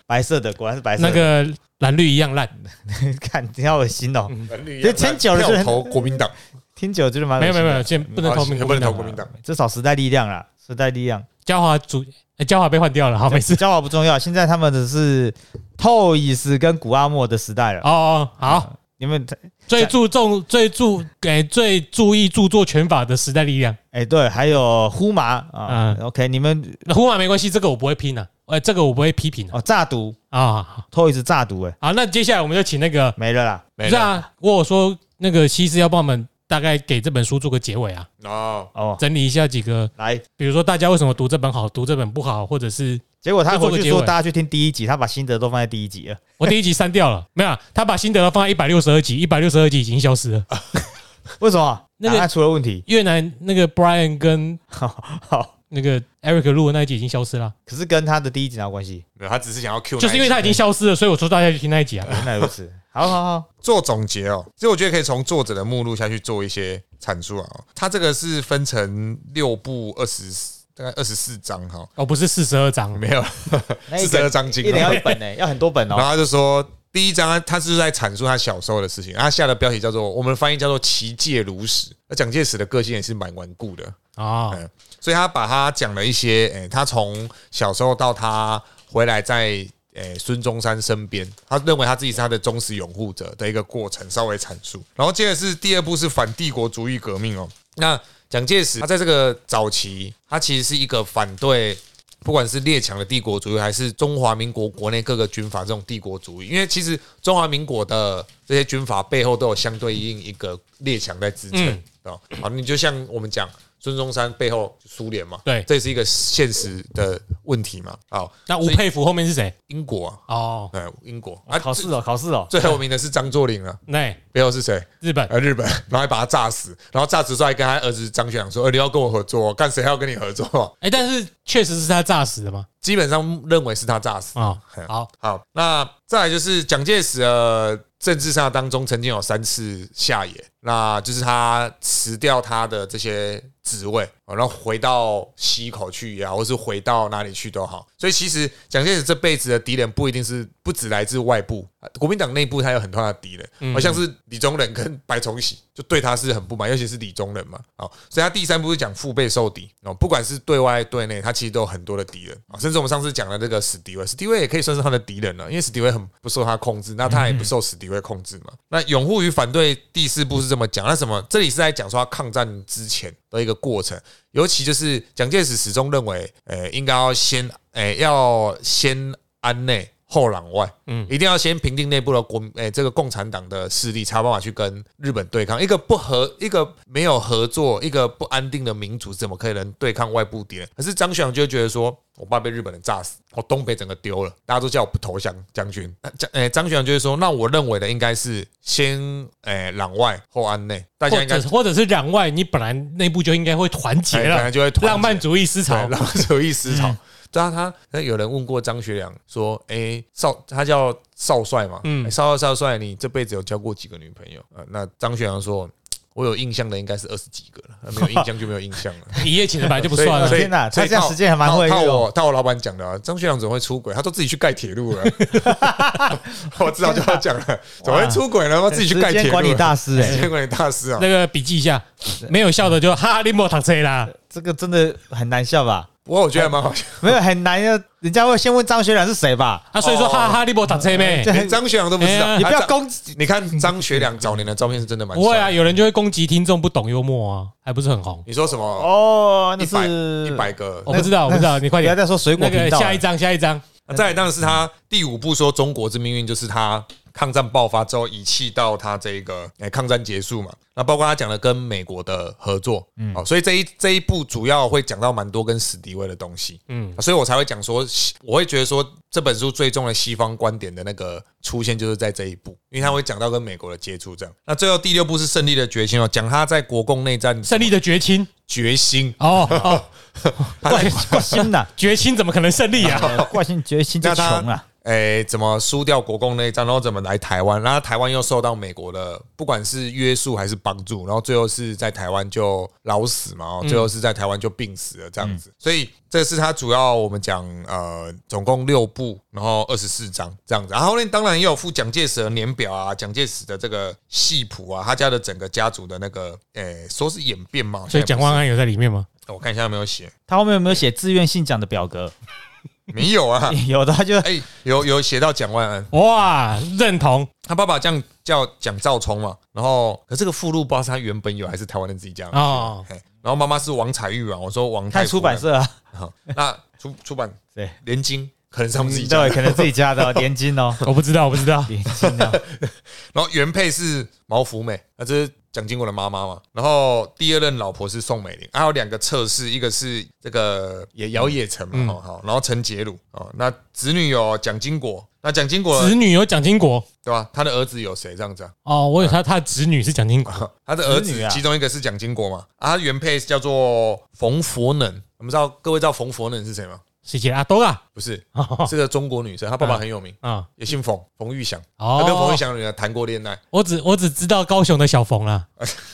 Speaker 2: 白色的果然是白色
Speaker 3: 那
Speaker 2: 的。
Speaker 3: 个蓝绿一样烂。
Speaker 2: 看，你好恶心哦！
Speaker 1: 这
Speaker 2: 前久了就
Speaker 1: 票
Speaker 2: 很
Speaker 1: 投国民党，
Speaker 2: 听久了哎就是蛮恶
Speaker 3: 没有
Speaker 2: 心
Speaker 3: 没
Speaker 2: 的
Speaker 3: 有没有，现在不能投民
Speaker 1: 不
Speaker 3: 国
Speaker 1: 能
Speaker 3: 民
Speaker 1: 投
Speaker 3: 党
Speaker 1: 国民党。
Speaker 2: 至少时代力量啦，时代力量。
Speaker 3: 嘉华主，哎嘉华被换掉了，好没事。
Speaker 2: 交好不重要，现在他们的是透伊斯跟古阿莫的时代了。
Speaker 3: 哦哦，好，
Speaker 2: 你们
Speaker 3: 最注重、最注给最注意著作权法的时代力量。
Speaker 2: 哎对，还有呼麻啊
Speaker 3: 嗯
Speaker 2: ，OK，你们
Speaker 3: 那胡马没关系，这个我不会拼啊，哎，这个我不会批评啊。
Speaker 2: 哦炸毒
Speaker 3: 啊，好
Speaker 2: 透伊斯炸毒哎
Speaker 3: 好，那接下来我们就请那个，
Speaker 2: 没了啦
Speaker 1: 没
Speaker 3: 不是
Speaker 1: 了
Speaker 3: 啊，我有说那个西施要帮我们大概给这本书做个结尾啊，
Speaker 1: 哦，
Speaker 2: 哦，
Speaker 3: 整理一下几个，
Speaker 2: 来，
Speaker 3: 比如说大家为什么读这本好，读这本不好，或者是
Speaker 2: 结果他回去
Speaker 3: 就做个结尾
Speaker 2: 说大家去听第一集，他把心得都放在第一集了。
Speaker 3: 我第一集删掉了，没有啊，他把心得放在一百六十二集，一百六十二集已经消失了。
Speaker 2: 为什么？
Speaker 3: 那个
Speaker 2: 档案出了问题。
Speaker 3: 越南那个 Brian 跟
Speaker 2: 好好，
Speaker 3: 那个 Eric 录的那一集已经消失了，
Speaker 2: 可是跟他的第一集哪有关系？
Speaker 1: 没有，他只是想要 Q，
Speaker 3: 就是因为
Speaker 1: 他
Speaker 3: 他已经消失了，所以我说大家去听那一集啊。
Speaker 2: 原来如此。好好 好，
Speaker 1: 做总结哦。其实我觉得可以从作者的目录下去做一些阐述啊。他这个是分成六部二十，大概二十四章哈，
Speaker 3: 哦，不是四十二章，
Speaker 1: 没有
Speaker 2: 那
Speaker 1: 四
Speaker 2: 一
Speaker 1: 十
Speaker 2: 本
Speaker 1: 二章经
Speaker 2: 一
Speaker 1: 哦。
Speaker 2: 人要一 本呢，要很多本
Speaker 1: 然后
Speaker 2: 哦。
Speaker 1: 他就说，第一章他他是在阐述他小时候的事情，他下的标题叫做我们翻译叫做“奇界如史”。那蒋介石的个性也是蛮顽固的，
Speaker 3: 啊
Speaker 1: 嗯，所以他把他讲了一些，诶、他从小时候到他回来在诶孙、中山身边，他认为他自己是他的忠实拥护者的一个过程，稍微阐述。然后接着是第二步是反帝国主义革命哦。那蒋介石他在这个早期，他其实是一个反对不管是列强的帝国主义，还是中华民国国内各个军阀这种帝国主义，因为其实中华民国的这些军阀背后都有相对应一个列强在支撑
Speaker 3: 嗯
Speaker 1: 啊。好，你就像我们讲孙中山背后苏联嘛，
Speaker 3: 对
Speaker 1: 这也是一个现实的问题嘛。好，
Speaker 3: 那吴佩孚后面是谁？
Speaker 1: 英国啊，
Speaker 3: 哦，
Speaker 1: 哎，英国啊，
Speaker 2: 考
Speaker 1: 最
Speaker 2: 试哦，考试哦，
Speaker 1: 最有名的是张作霖啊，
Speaker 3: 那
Speaker 1: 背后是谁？
Speaker 3: 日本
Speaker 1: 呃，日本，然后还把他炸死，然后炸死之后还跟他儿子张学良说：“呃，你要跟我合作哦，干谁还要跟你合作哦
Speaker 3: 哎，但是确实是他炸死的吗？？”
Speaker 1: 基本上认为是他炸死。
Speaker 3: 啊，
Speaker 1: 嗯
Speaker 3: 好，
Speaker 1: 好，那再来就是蒋介石的政治上当中曾经有三次下野，那就是他辞掉他的这些职位，哦然后回到西口去也好，或是回到哪里去都好。所以其实蒋介石这辈子的敌人不一定是不只来自外部，嗯啊国民党内部他有很多他的敌人，好、像是李宗仁跟白崇禧就对他是很不满，尤其是李宗仁嘛。哦，所以他第三步是讲腹背受敌哦，不管是对外对内，他其实都有很多的敌人啊、哦甚至我们上次讲的那个史迪威，史迪威也可以算是他的敌人了，啊因为史迪威很不受他控制，那他也不受史迪威控制嘛。那拥护与反对第四步是这么讲，那什么？这里是在讲说他抗战之前的一个过程，尤其就是蒋介石始终认为，呃，应该要先，呃，要先安内。后攘外，嗯，一定要先平定内部的国，诶、这个共产党的势力，才有办法去跟日本对抗。一个不合，一个没有合作，一个不安定的民族，怎么可能对抗外部敌人？可是张学良就会觉得说，我爸被日本人炸死，我东北整个丢了，大家都叫我不投降将军。那张，诶、张学良就会说，那我认为的应该是先，诶、攘外后安内，大家
Speaker 3: 或
Speaker 1: 应该
Speaker 3: 者或者是攘外，你本来内部就应该会团结
Speaker 1: 哎本来
Speaker 3: 了，
Speaker 1: 就会团结
Speaker 3: 浪漫主义思
Speaker 1: 对
Speaker 3: 潮
Speaker 1: 浪漫主义思
Speaker 3: 嗯
Speaker 1: 潮。对啊，他那有人问过张学良说：“哎、少，他叫少帅嘛？嗯，少帅少帅，你这辈子有交过几个女朋友？”呃，那张学良说：“我有印象的应该是二十几个了，没有印象就没有印 象了。”
Speaker 3: 一夜情的本来就不算啊了
Speaker 2: 所。以天哪他这样时间还蛮会
Speaker 1: 靠
Speaker 2: 用
Speaker 1: 我靠我老板讲的、啊，张学良怎么会出轨？他都自己去盖铁路了。 我知道就要 讲了，怎么会出轨呢？他自己去盖铁
Speaker 2: 时
Speaker 1: 路了。
Speaker 2: 间管理大师哎
Speaker 1: 时间管理大师啊
Speaker 3: 那！个笔记一下，没有笑的就哈哈林莫躺车啦。
Speaker 2: 这个真的很难笑吧？
Speaker 1: 不过我觉得还蛮好笑。
Speaker 2: 没有很难要，人家会先问张学良是谁吧？
Speaker 3: 啊，所以说
Speaker 1: 哦
Speaker 3: 哈哈林莫躺车没
Speaker 2: 哎这？
Speaker 1: 连张学良都不知
Speaker 3: 哎
Speaker 1: 道，
Speaker 3: 呀
Speaker 2: 你不要
Speaker 1: 啊张
Speaker 2: 攻击，
Speaker 1: 你看张学良早年的照片是真的蛮
Speaker 3: 不会
Speaker 1: 帅
Speaker 3: 啊，
Speaker 1: 的
Speaker 3: 有人就会攻击听众不懂幽默啊，还不是很红。
Speaker 1: 你说什么？
Speaker 2: 哦，那
Speaker 1: 一百
Speaker 2: 是哦
Speaker 1: 一百个。
Speaker 3: 我不知道，我不知道，你快
Speaker 2: 不要
Speaker 3: 点。
Speaker 2: 再说水果
Speaker 3: 那
Speaker 2: 频
Speaker 3: 个
Speaker 2: 道了。啊
Speaker 3: 下一张，下一张。
Speaker 1: 那再来当然是他第五部说中国之命运，就是他抗战爆发之后遗弃到他这个哎、抗战结束嘛。那包括他讲的跟美国的合作，嗯，哦，所以这一这一部主要会讲到蛮多跟史迪威的东西，嗯，所以我才会讲说，我会觉得说这本书最重的西方观点的那个出现就是在这一部，因为他会讲到跟美国的接触这样。那最后第六部是胜利的决心哦，讲他在国共内战
Speaker 3: 胜利的绝亲
Speaker 1: 决心，
Speaker 3: 哦哦，
Speaker 2: 挂挂 心呐，
Speaker 3: 绝亲怎么可能胜利 啊？
Speaker 2: 挂心决心就
Speaker 1: 那
Speaker 2: 穷
Speaker 1: 他
Speaker 2: 啊了。
Speaker 1: 诶、哎怎么输掉国共内战，然后怎么来台湾，然后台湾又受到美国的不管是约束还是帮助，然后最后是在台湾就老死嘛，
Speaker 3: 嗯
Speaker 1: 哦最后是在台湾就病死了这样子。所以这是他主要我们讲呃，总共六部，然后二十四章这样子。然后后面当然也有附蒋介石的年表啊，蒋介石的这个系谱啊，他家的整个家族的那个诶、说是演变嘛，好像
Speaker 3: 所以
Speaker 1: 也不是哦
Speaker 3: 蒋万安有在里面吗？
Speaker 1: 我看一下有没有写，
Speaker 2: 他后面有没有写自愿信奖的表格？
Speaker 1: 没有 啊。
Speaker 2: 有的，他就
Speaker 1: 哎、有有写到蒋万安，
Speaker 3: 哇，认同
Speaker 1: 他爸爸这样叫蒋兆聪嘛，然后可这个附录不知道是他原本有还是台湾人自己加的。
Speaker 3: 哦，
Speaker 1: 嘿然后妈妈是王彩玉嘛，我说王太
Speaker 2: 看
Speaker 1: 夫
Speaker 2: 啊出版社啊，
Speaker 1: 人，好那出出版
Speaker 2: 对，嗯
Speaker 1: 联经可能是他们自己加
Speaker 2: 对，
Speaker 1: 的。
Speaker 2: 可能自己家的哦连襟 哦，
Speaker 3: 我不知道，我不 知道。
Speaker 2: 连襟哦，
Speaker 1: 然后原配是毛福美，那这是蒋经国的妈妈嘛。然后第二任老婆是宋美龄，还有两个侧室，一个是这个也姚也成
Speaker 2: 嗯
Speaker 1: 嘛，好、好，然后陈洁如哦，那子女有蒋经国，那蒋经国
Speaker 3: 子女有蒋经国
Speaker 1: 对吧？他的儿子有谁这样子啊？
Speaker 3: 哦，我有他他的侄女是蒋经国，
Speaker 1: 他的儿
Speaker 2: 子女
Speaker 1: 子
Speaker 2: 啊
Speaker 1: 其中一个是蒋经国嘛，啊，他原配是叫做冯佛能，我们知道各位知道冯佛能是谁吗？
Speaker 3: 是姐阿多啊
Speaker 1: 不是，
Speaker 3: 哦
Speaker 1: 是个中国女生，她爸爸很有名，
Speaker 3: 啊
Speaker 1: 也姓冯，冯玉祥，她跟冯玉
Speaker 3: 哦，
Speaker 1: 祥的女儿谈过恋爱。
Speaker 3: 我只我只知道高雄的小冯啦，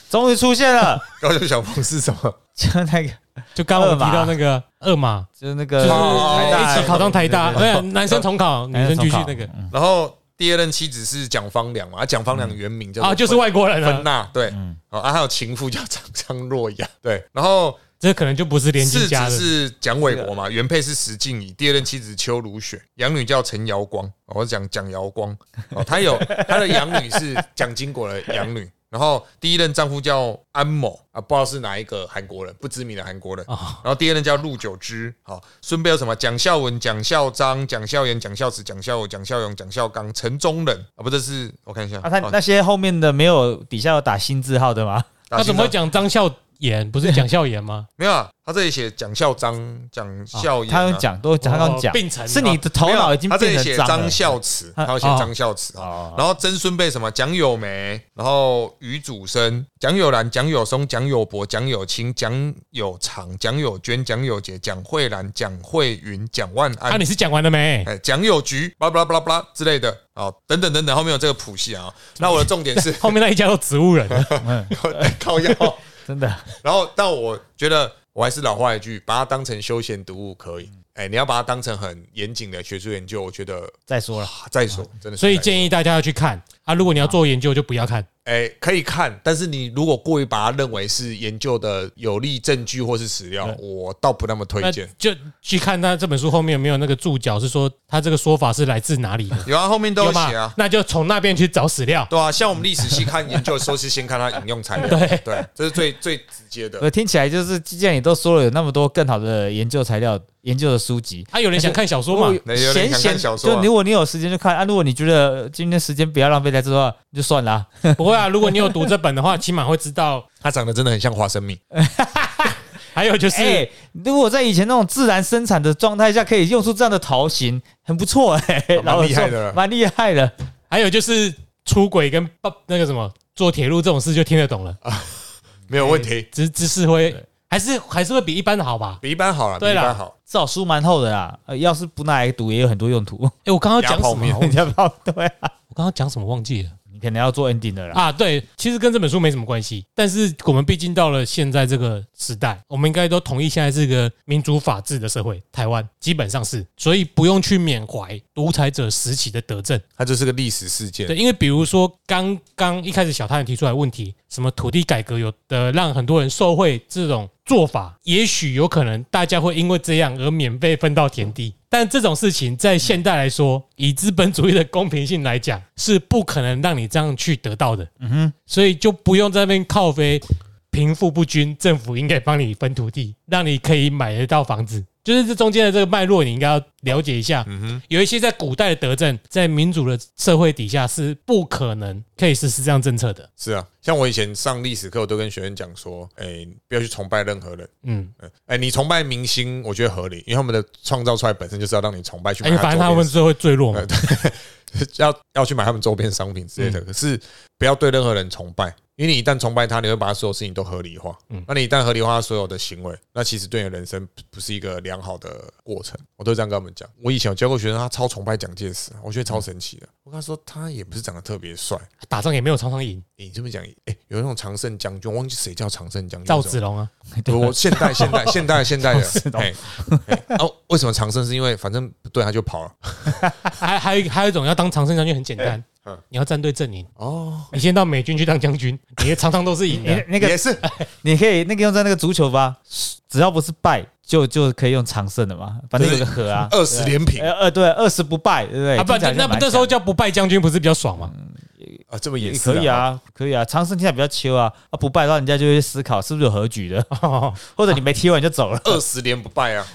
Speaker 2: 终于出现了，
Speaker 1: 高雄小冯是什么？
Speaker 2: 就那个
Speaker 3: 就刚刚我
Speaker 2: 二
Speaker 3: 提
Speaker 2: 马
Speaker 3: 到那个二马，
Speaker 2: 就是那
Speaker 3: 就
Speaker 2: 个
Speaker 3: 是
Speaker 1: 台大
Speaker 3: 一起考上台大，
Speaker 2: 对对对
Speaker 3: 对，啊男生重考，女生继续那个
Speaker 1: 然后第二任妻子是蒋方良嘛，啊蒋方良原名叫做
Speaker 3: 啊，就是
Speaker 1: 芬
Speaker 3: 外国人嗯
Speaker 1: 芬
Speaker 3: 了，
Speaker 1: 娜，对，哦啊，还有情妇叫 张张若雅，对，然后
Speaker 3: 这可能就不是连
Speaker 1: 世子
Speaker 3: 襟家的。
Speaker 1: 是蒋纬国嘛，原配是石敬仪，第二任妻子邱如雪，养女叫陈瑶光，哦我讲蒋瑶光，哦，她有她的养女是蒋经国的养女，然后第一任丈夫叫安某啊，不知道是哪一个韩国人，不知名的韩国人。
Speaker 3: 啊，
Speaker 1: 然后第二任叫陆九之，好，孙辈有什么蒋孝文、蒋孝章、蒋孝严、蒋孝慈、蒋孝友、蒋孝勇、蒋孝刚、陈忠仁啊，不，这是我看一下，
Speaker 2: 啊，他
Speaker 1: 哦
Speaker 2: 那些后面的没有底下有打新字号的吗？
Speaker 1: 打
Speaker 3: 他怎么会
Speaker 1: 新的
Speaker 3: 讲张孝炎？不是蒋孝炎吗？
Speaker 1: 没有啊？他这里写蒋孝章、蒋孝严啊，
Speaker 2: 他有讲，都他刚
Speaker 3: 哦
Speaker 2: 讲，
Speaker 3: 并成
Speaker 2: 是你的头
Speaker 1: 没有
Speaker 2: 脑已经
Speaker 1: 他这
Speaker 2: 变
Speaker 1: 里
Speaker 2: 成
Speaker 1: 写
Speaker 2: 脏了
Speaker 1: 张。孝慈，
Speaker 2: 啊
Speaker 1: 他有写
Speaker 3: 哦
Speaker 1: 张孝慈啊。
Speaker 2: 哦，
Speaker 1: 然后曾孙辈什么蒋友梅，然后于祖生、蒋友兰、蒋友松、蒋友柏、蒋友清、蒋友长、蒋友娟、蒋友杰、蒋慧兰、蒋慧云、蒋万安。
Speaker 3: 啊，你是讲完 了没？
Speaker 1: 哎，蒋友菊，巴拉巴拉巴拉巴拉之类的哦，等等等等，后面有这个谱系啊。那我的重 点是
Speaker 3: 后面那一家都植物人了
Speaker 2: 嗯，
Speaker 1: 靠腰，
Speaker 2: 真的，
Speaker 1: 然后但我觉得我还是老话一句，把它当成休闲读物可以。哎，你要把它当成很严谨的学术研究，我觉得
Speaker 2: 再说了，
Speaker 1: 啊再说真的是再说，
Speaker 3: 所以建议大家要去看啊。如果你要做研究，就不要看。
Speaker 1: 哎可以看，但是你如果过于把它认为是研究的有力证据或是史料，我倒不那么推
Speaker 3: 那
Speaker 1: 荐。
Speaker 3: 就去看他这本书后面有没有那个注脚，是说他这个说法是来自哪里的，
Speaker 1: 有啊，后面都
Speaker 3: 有
Speaker 1: 有
Speaker 3: 吗
Speaker 1: 写啊？，
Speaker 3: 那就从那边去找史料。
Speaker 1: 对啊，像我们历史系看研究的时候是先看它引用材料，
Speaker 3: 对
Speaker 1: 对，这是最最直接的。
Speaker 2: 我听起来就是，既然你都说了有那么多更好的研究材料、研究的书籍，
Speaker 3: 啊，有人想看小说
Speaker 2: 如果
Speaker 3: 嘛
Speaker 2: 有？
Speaker 1: 那有点
Speaker 2: 闲
Speaker 1: 想
Speaker 2: 闲
Speaker 1: 看小说啊
Speaker 2: 就如果你有时间就看啊，如果你觉得今天时间不要浪费在这的话，就算了啊。
Speaker 3: 不会啊，如果你有读这本的话，起码会知道。
Speaker 1: 它长得真的很像花生
Speaker 3: 嗯
Speaker 1: 米，
Speaker 3: 还有就是，
Speaker 2: 哎，如果在以前那种自然生产的状态下，可以用出这样的陶型，很不错哎，
Speaker 3: 哦
Speaker 2: 老实
Speaker 1: 厉害
Speaker 2: 说
Speaker 1: 的
Speaker 2: 蛮厉害的。
Speaker 3: 还有就是出轨跟爸那个什么坐铁路这种事就听得懂了，
Speaker 1: 没有问题，
Speaker 3: 知知识会还是还是会比一般的好吧？
Speaker 1: 比一般好了，比
Speaker 3: 对
Speaker 1: 一
Speaker 3: 啦
Speaker 1: 般好。
Speaker 2: 至少书蛮厚的啦，呃，要是不拿来读，也有很多用途。
Speaker 3: 哎， 我刚刚讲
Speaker 1: 压泡
Speaker 3: 什么
Speaker 1: 面
Speaker 3: 啊？
Speaker 2: 人家报对啊，
Speaker 3: 我刚刚讲什么忘记了？
Speaker 2: 你可能要做 ending 的啦。
Speaker 3: 啊，对，其实跟这本书没什么关系，但是我们毕竟到了现在这个时代，我们应该都同意现在是一个民主法治的社会，台湾基本上是，所以不用去缅怀独裁者时期的德政。
Speaker 1: 它就是个历史事件
Speaker 3: 对，。因为比如说刚刚一开始小太阳提出来的问题，什么土地改革有的让很多人受贿这种做法，也许有可能大家会因为这样而免被分到田地。但这种事情在现代来说，以资本主义的公平性来讲，是不可能让你这样去得到的。嗯哼，所以就不用在那边靠飞贫富不均，政府应该帮你分土地，让你可以买得到房子。就是这中间的这个脉络，你应该要了解一下。有一些在古代的德政，在民主的社会底下是不可能可以实施这样政策的。
Speaker 1: 是啊，像我以前上历史课，我都跟学生讲说，哎，不要去崇拜任何人。
Speaker 3: 嗯，
Speaker 1: 嗯哎，你崇拜明星，我觉得合理，因为他们的创造出来本身就是要让你崇拜去
Speaker 3: 而
Speaker 1: 买
Speaker 3: 且
Speaker 1: 他
Speaker 3: 哎
Speaker 1: 的
Speaker 3: 反正他
Speaker 1: 周
Speaker 3: 们
Speaker 1: 边
Speaker 3: 最后会坠落嘛
Speaker 1: 呃。 要要去买他们周边商品之类的。
Speaker 2: 嗯
Speaker 1: 可是不要对任何人崇拜，因为你一旦崇拜他，你会把他所有事情都合理化。
Speaker 3: 嗯
Speaker 1: 那你一旦合理化他所有的行为，那其实对你的人生不不是一个良好的过程。我都这样跟他们讲。我以前有教过学生，他超崇拜蒋介石，我觉得
Speaker 2: 嗯
Speaker 1: 超神奇的。我跟他说，他也不是长得特别帅。
Speaker 3: 打仗也没有常常赢，
Speaker 1: 欸你这么讲，哎、有那种常胜将军，我忘记谁叫常胜将军。
Speaker 3: 赵子龙啊，
Speaker 1: 我我现代现代现代现代
Speaker 2: 赵
Speaker 1: 的，
Speaker 2: 子龙
Speaker 1: 哎、哎哦，为什么长胜？是因为反正不对他就跑了。
Speaker 3: 还还有一还有一种要当常胜将军很简
Speaker 2: 哎
Speaker 3: 单
Speaker 1: 嗯，
Speaker 3: 你要站队阵营，
Speaker 1: 哦，
Speaker 3: 你先到美军去当将军，你也常常都是赢
Speaker 2: 你
Speaker 3: 的。
Speaker 2: 那个啊
Speaker 1: 也是
Speaker 2: 你可以那个用在那个足球吧，只要不是败，就就可以用常胜的嘛，反正有个和啊，
Speaker 1: 二十连平
Speaker 2: 呃呃对，二十不败，对不对？
Speaker 3: 啊，不，
Speaker 2: 听起来
Speaker 3: 那
Speaker 2: 就
Speaker 3: 那
Speaker 2: 蛮
Speaker 3: 那时候
Speaker 2: 强
Speaker 3: 叫不败将军不是比较爽吗？
Speaker 1: 啊，这么也
Speaker 2: 也
Speaker 1: 是
Speaker 2: 可以啊，可以啊，常胜现在比较秋啊，啊不败的话，人家就会思考是不是有和局的，
Speaker 3: 哦
Speaker 2: 或者你没踢完就走了。
Speaker 1: 二十连不败啊！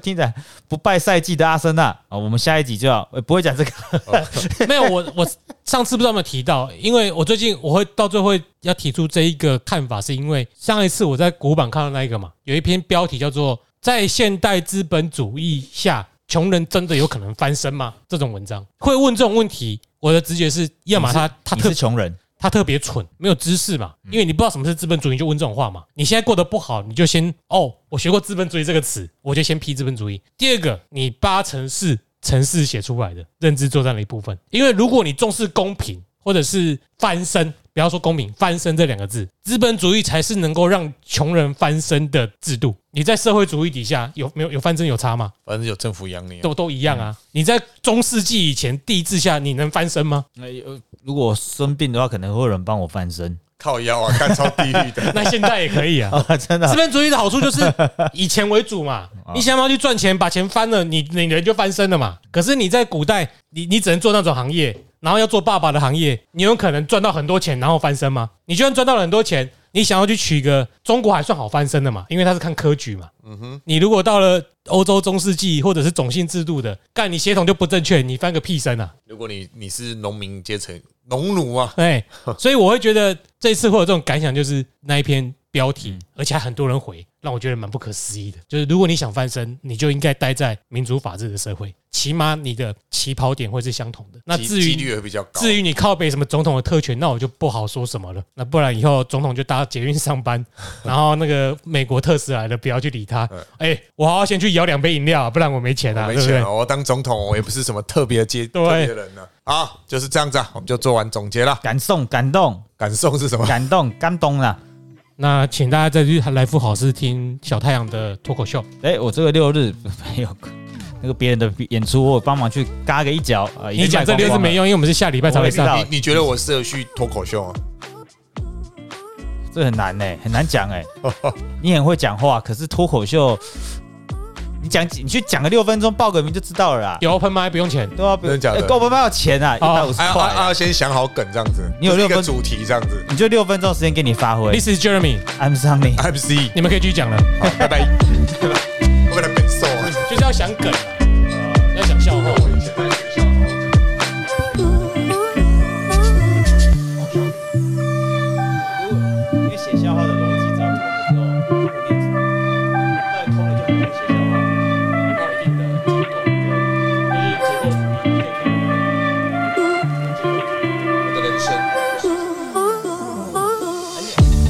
Speaker 2: 听起来不败赛季的阿森纳啊，我们下一集就要呃不会讲这个，
Speaker 3: 没有，我我上次不知道有没有提到，因为我最近我会到最后会要提出这一个看法，是因为上一次我在古板看到那一个嘛，有一篇标题叫做“在现代资本主义下，穷人真的有可能翻身吗？”这种文章会问这种问题，我的直觉是，要么他他
Speaker 2: 你
Speaker 3: 特
Speaker 2: 是穷人，
Speaker 3: 他特别蠢，没有知识嘛，因为你不知道什么是资本主义，你就问这种话嘛。你现在过得不好，你就先哦，我学过资本主义这个词，我就先批资本主义。第二个，你八成是城市写出来的认知作战的一部分，因为如果你重视公平或者是翻身，不要说公平，翻身这两个字，资本主义才是能够让穷人翻身的制度。你在社会主义底下有没有有翻身有差吗？
Speaker 1: 反正有政府养你啊、
Speaker 3: 都都一样啊。你在中世纪以前帝制下，你能翻身吗？
Speaker 2: 那如果生病的话，可能会有人帮我翻身。
Speaker 1: 靠腰啊，干超地狱的。
Speaker 3: 那现在也可以 啊。
Speaker 2: 啊，真的
Speaker 3: 资本主义的好处就是以钱为主嘛，你想要去赚钱，把钱翻了，你你人就翻身了嘛。可是你在古代，你你只能做那种行业，然后要做爸爸的行业，你有可能赚到很多钱，然后翻身吗？你就算赚到了很多钱，你想要去娶一个中国还算好翻身的嘛，因为他是看科举嘛。嗯哼，你如果到了欧洲中世纪或者是种姓制度的，干你血统就不正确，你翻个屁身啊！
Speaker 1: 如果你你是农民阶层，农奴啊，
Speaker 3: 哎，所以我会觉得这次会有这种感想，就是那一篇标题，
Speaker 1: 嗯
Speaker 3: 而且还很多人回，让我觉得蛮不可思议的。就是如果你想翻身，你就应该待在民主法治的社会，起码你的起跑点会是相同的。那
Speaker 1: 几
Speaker 3: 至
Speaker 1: 几
Speaker 3: 于
Speaker 1: 率会比较高。
Speaker 3: 至于你靠背什么总统的特权，那我就不好说什么 了。那不然以后总统就搭捷运上班，然后那个美国特使来了，不要去理他。哎，我好好先去摇两杯饮料啊，不然我没钱
Speaker 1: 嗯我
Speaker 3: 啊，
Speaker 1: 没
Speaker 3: 对不
Speaker 1: 钱
Speaker 3: 对
Speaker 1: 啊，？我当总统我也不是什么特别阶
Speaker 3: 对
Speaker 1: 特别人呢。好，就是这样子啊，我们就做完总结了。
Speaker 2: 感动，感动，
Speaker 1: 感受是什么？
Speaker 2: 感动，感动啊啦！
Speaker 3: 那请大家再去来福好事听小太阳的脱口秀。
Speaker 2: 哎、我这个六日 没有那个别人的演出，我有帮忙去嘎个一脚啊、已经
Speaker 3: 你讲这
Speaker 2: 卖光
Speaker 3: 六
Speaker 2: 光
Speaker 3: 字
Speaker 2: 了
Speaker 3: 没，用，因为我们是下礼拜才会上。
Speaker 2: 好
Speaker 1: 你你觉得我适合去脱口秀吗？
Speaker 2: 这很难呢、很难讲哎、你很会讲话，可是脱口秀，你讲几你去讲个六分钟，报个名就知道了啦。
Speaker 3: 有 open mic 不用钱，
Speaker 2: 对啊，
Speaker 1: 真的假的
Speaker 2: 哎够不要钱啊，一
Speaker 3: 哦
Speaker 2: 百五十
Speaker 1: 啊
Speaker 2: 块
Speaker 1: 啊
Speaker 2: 啊、
Speaker 1: 啊！先想好梗这样子，
Speaker 2: 你有
Speaker 1: 就是一
Speaker 2: 六
Speaker 1: 个
Speaker 2: 分
Speaker 1: 主题这样子。
Speaker 2: 你就六分钟时间给你发挥。
Speaker 3: This is Jeremy，
Speaker 2: I'm Sunny。
Speaker 1: MC，
Speaker 3: 你们可以继续讲了，
Speaker 1: 好，拜 拜。我可能被揍啊。
Speaker 3: 就是要想梗，要想笑话。
Speaker 2: 因为写笑话的逻辑，只要通的时候，到底通了就很容易写笑话。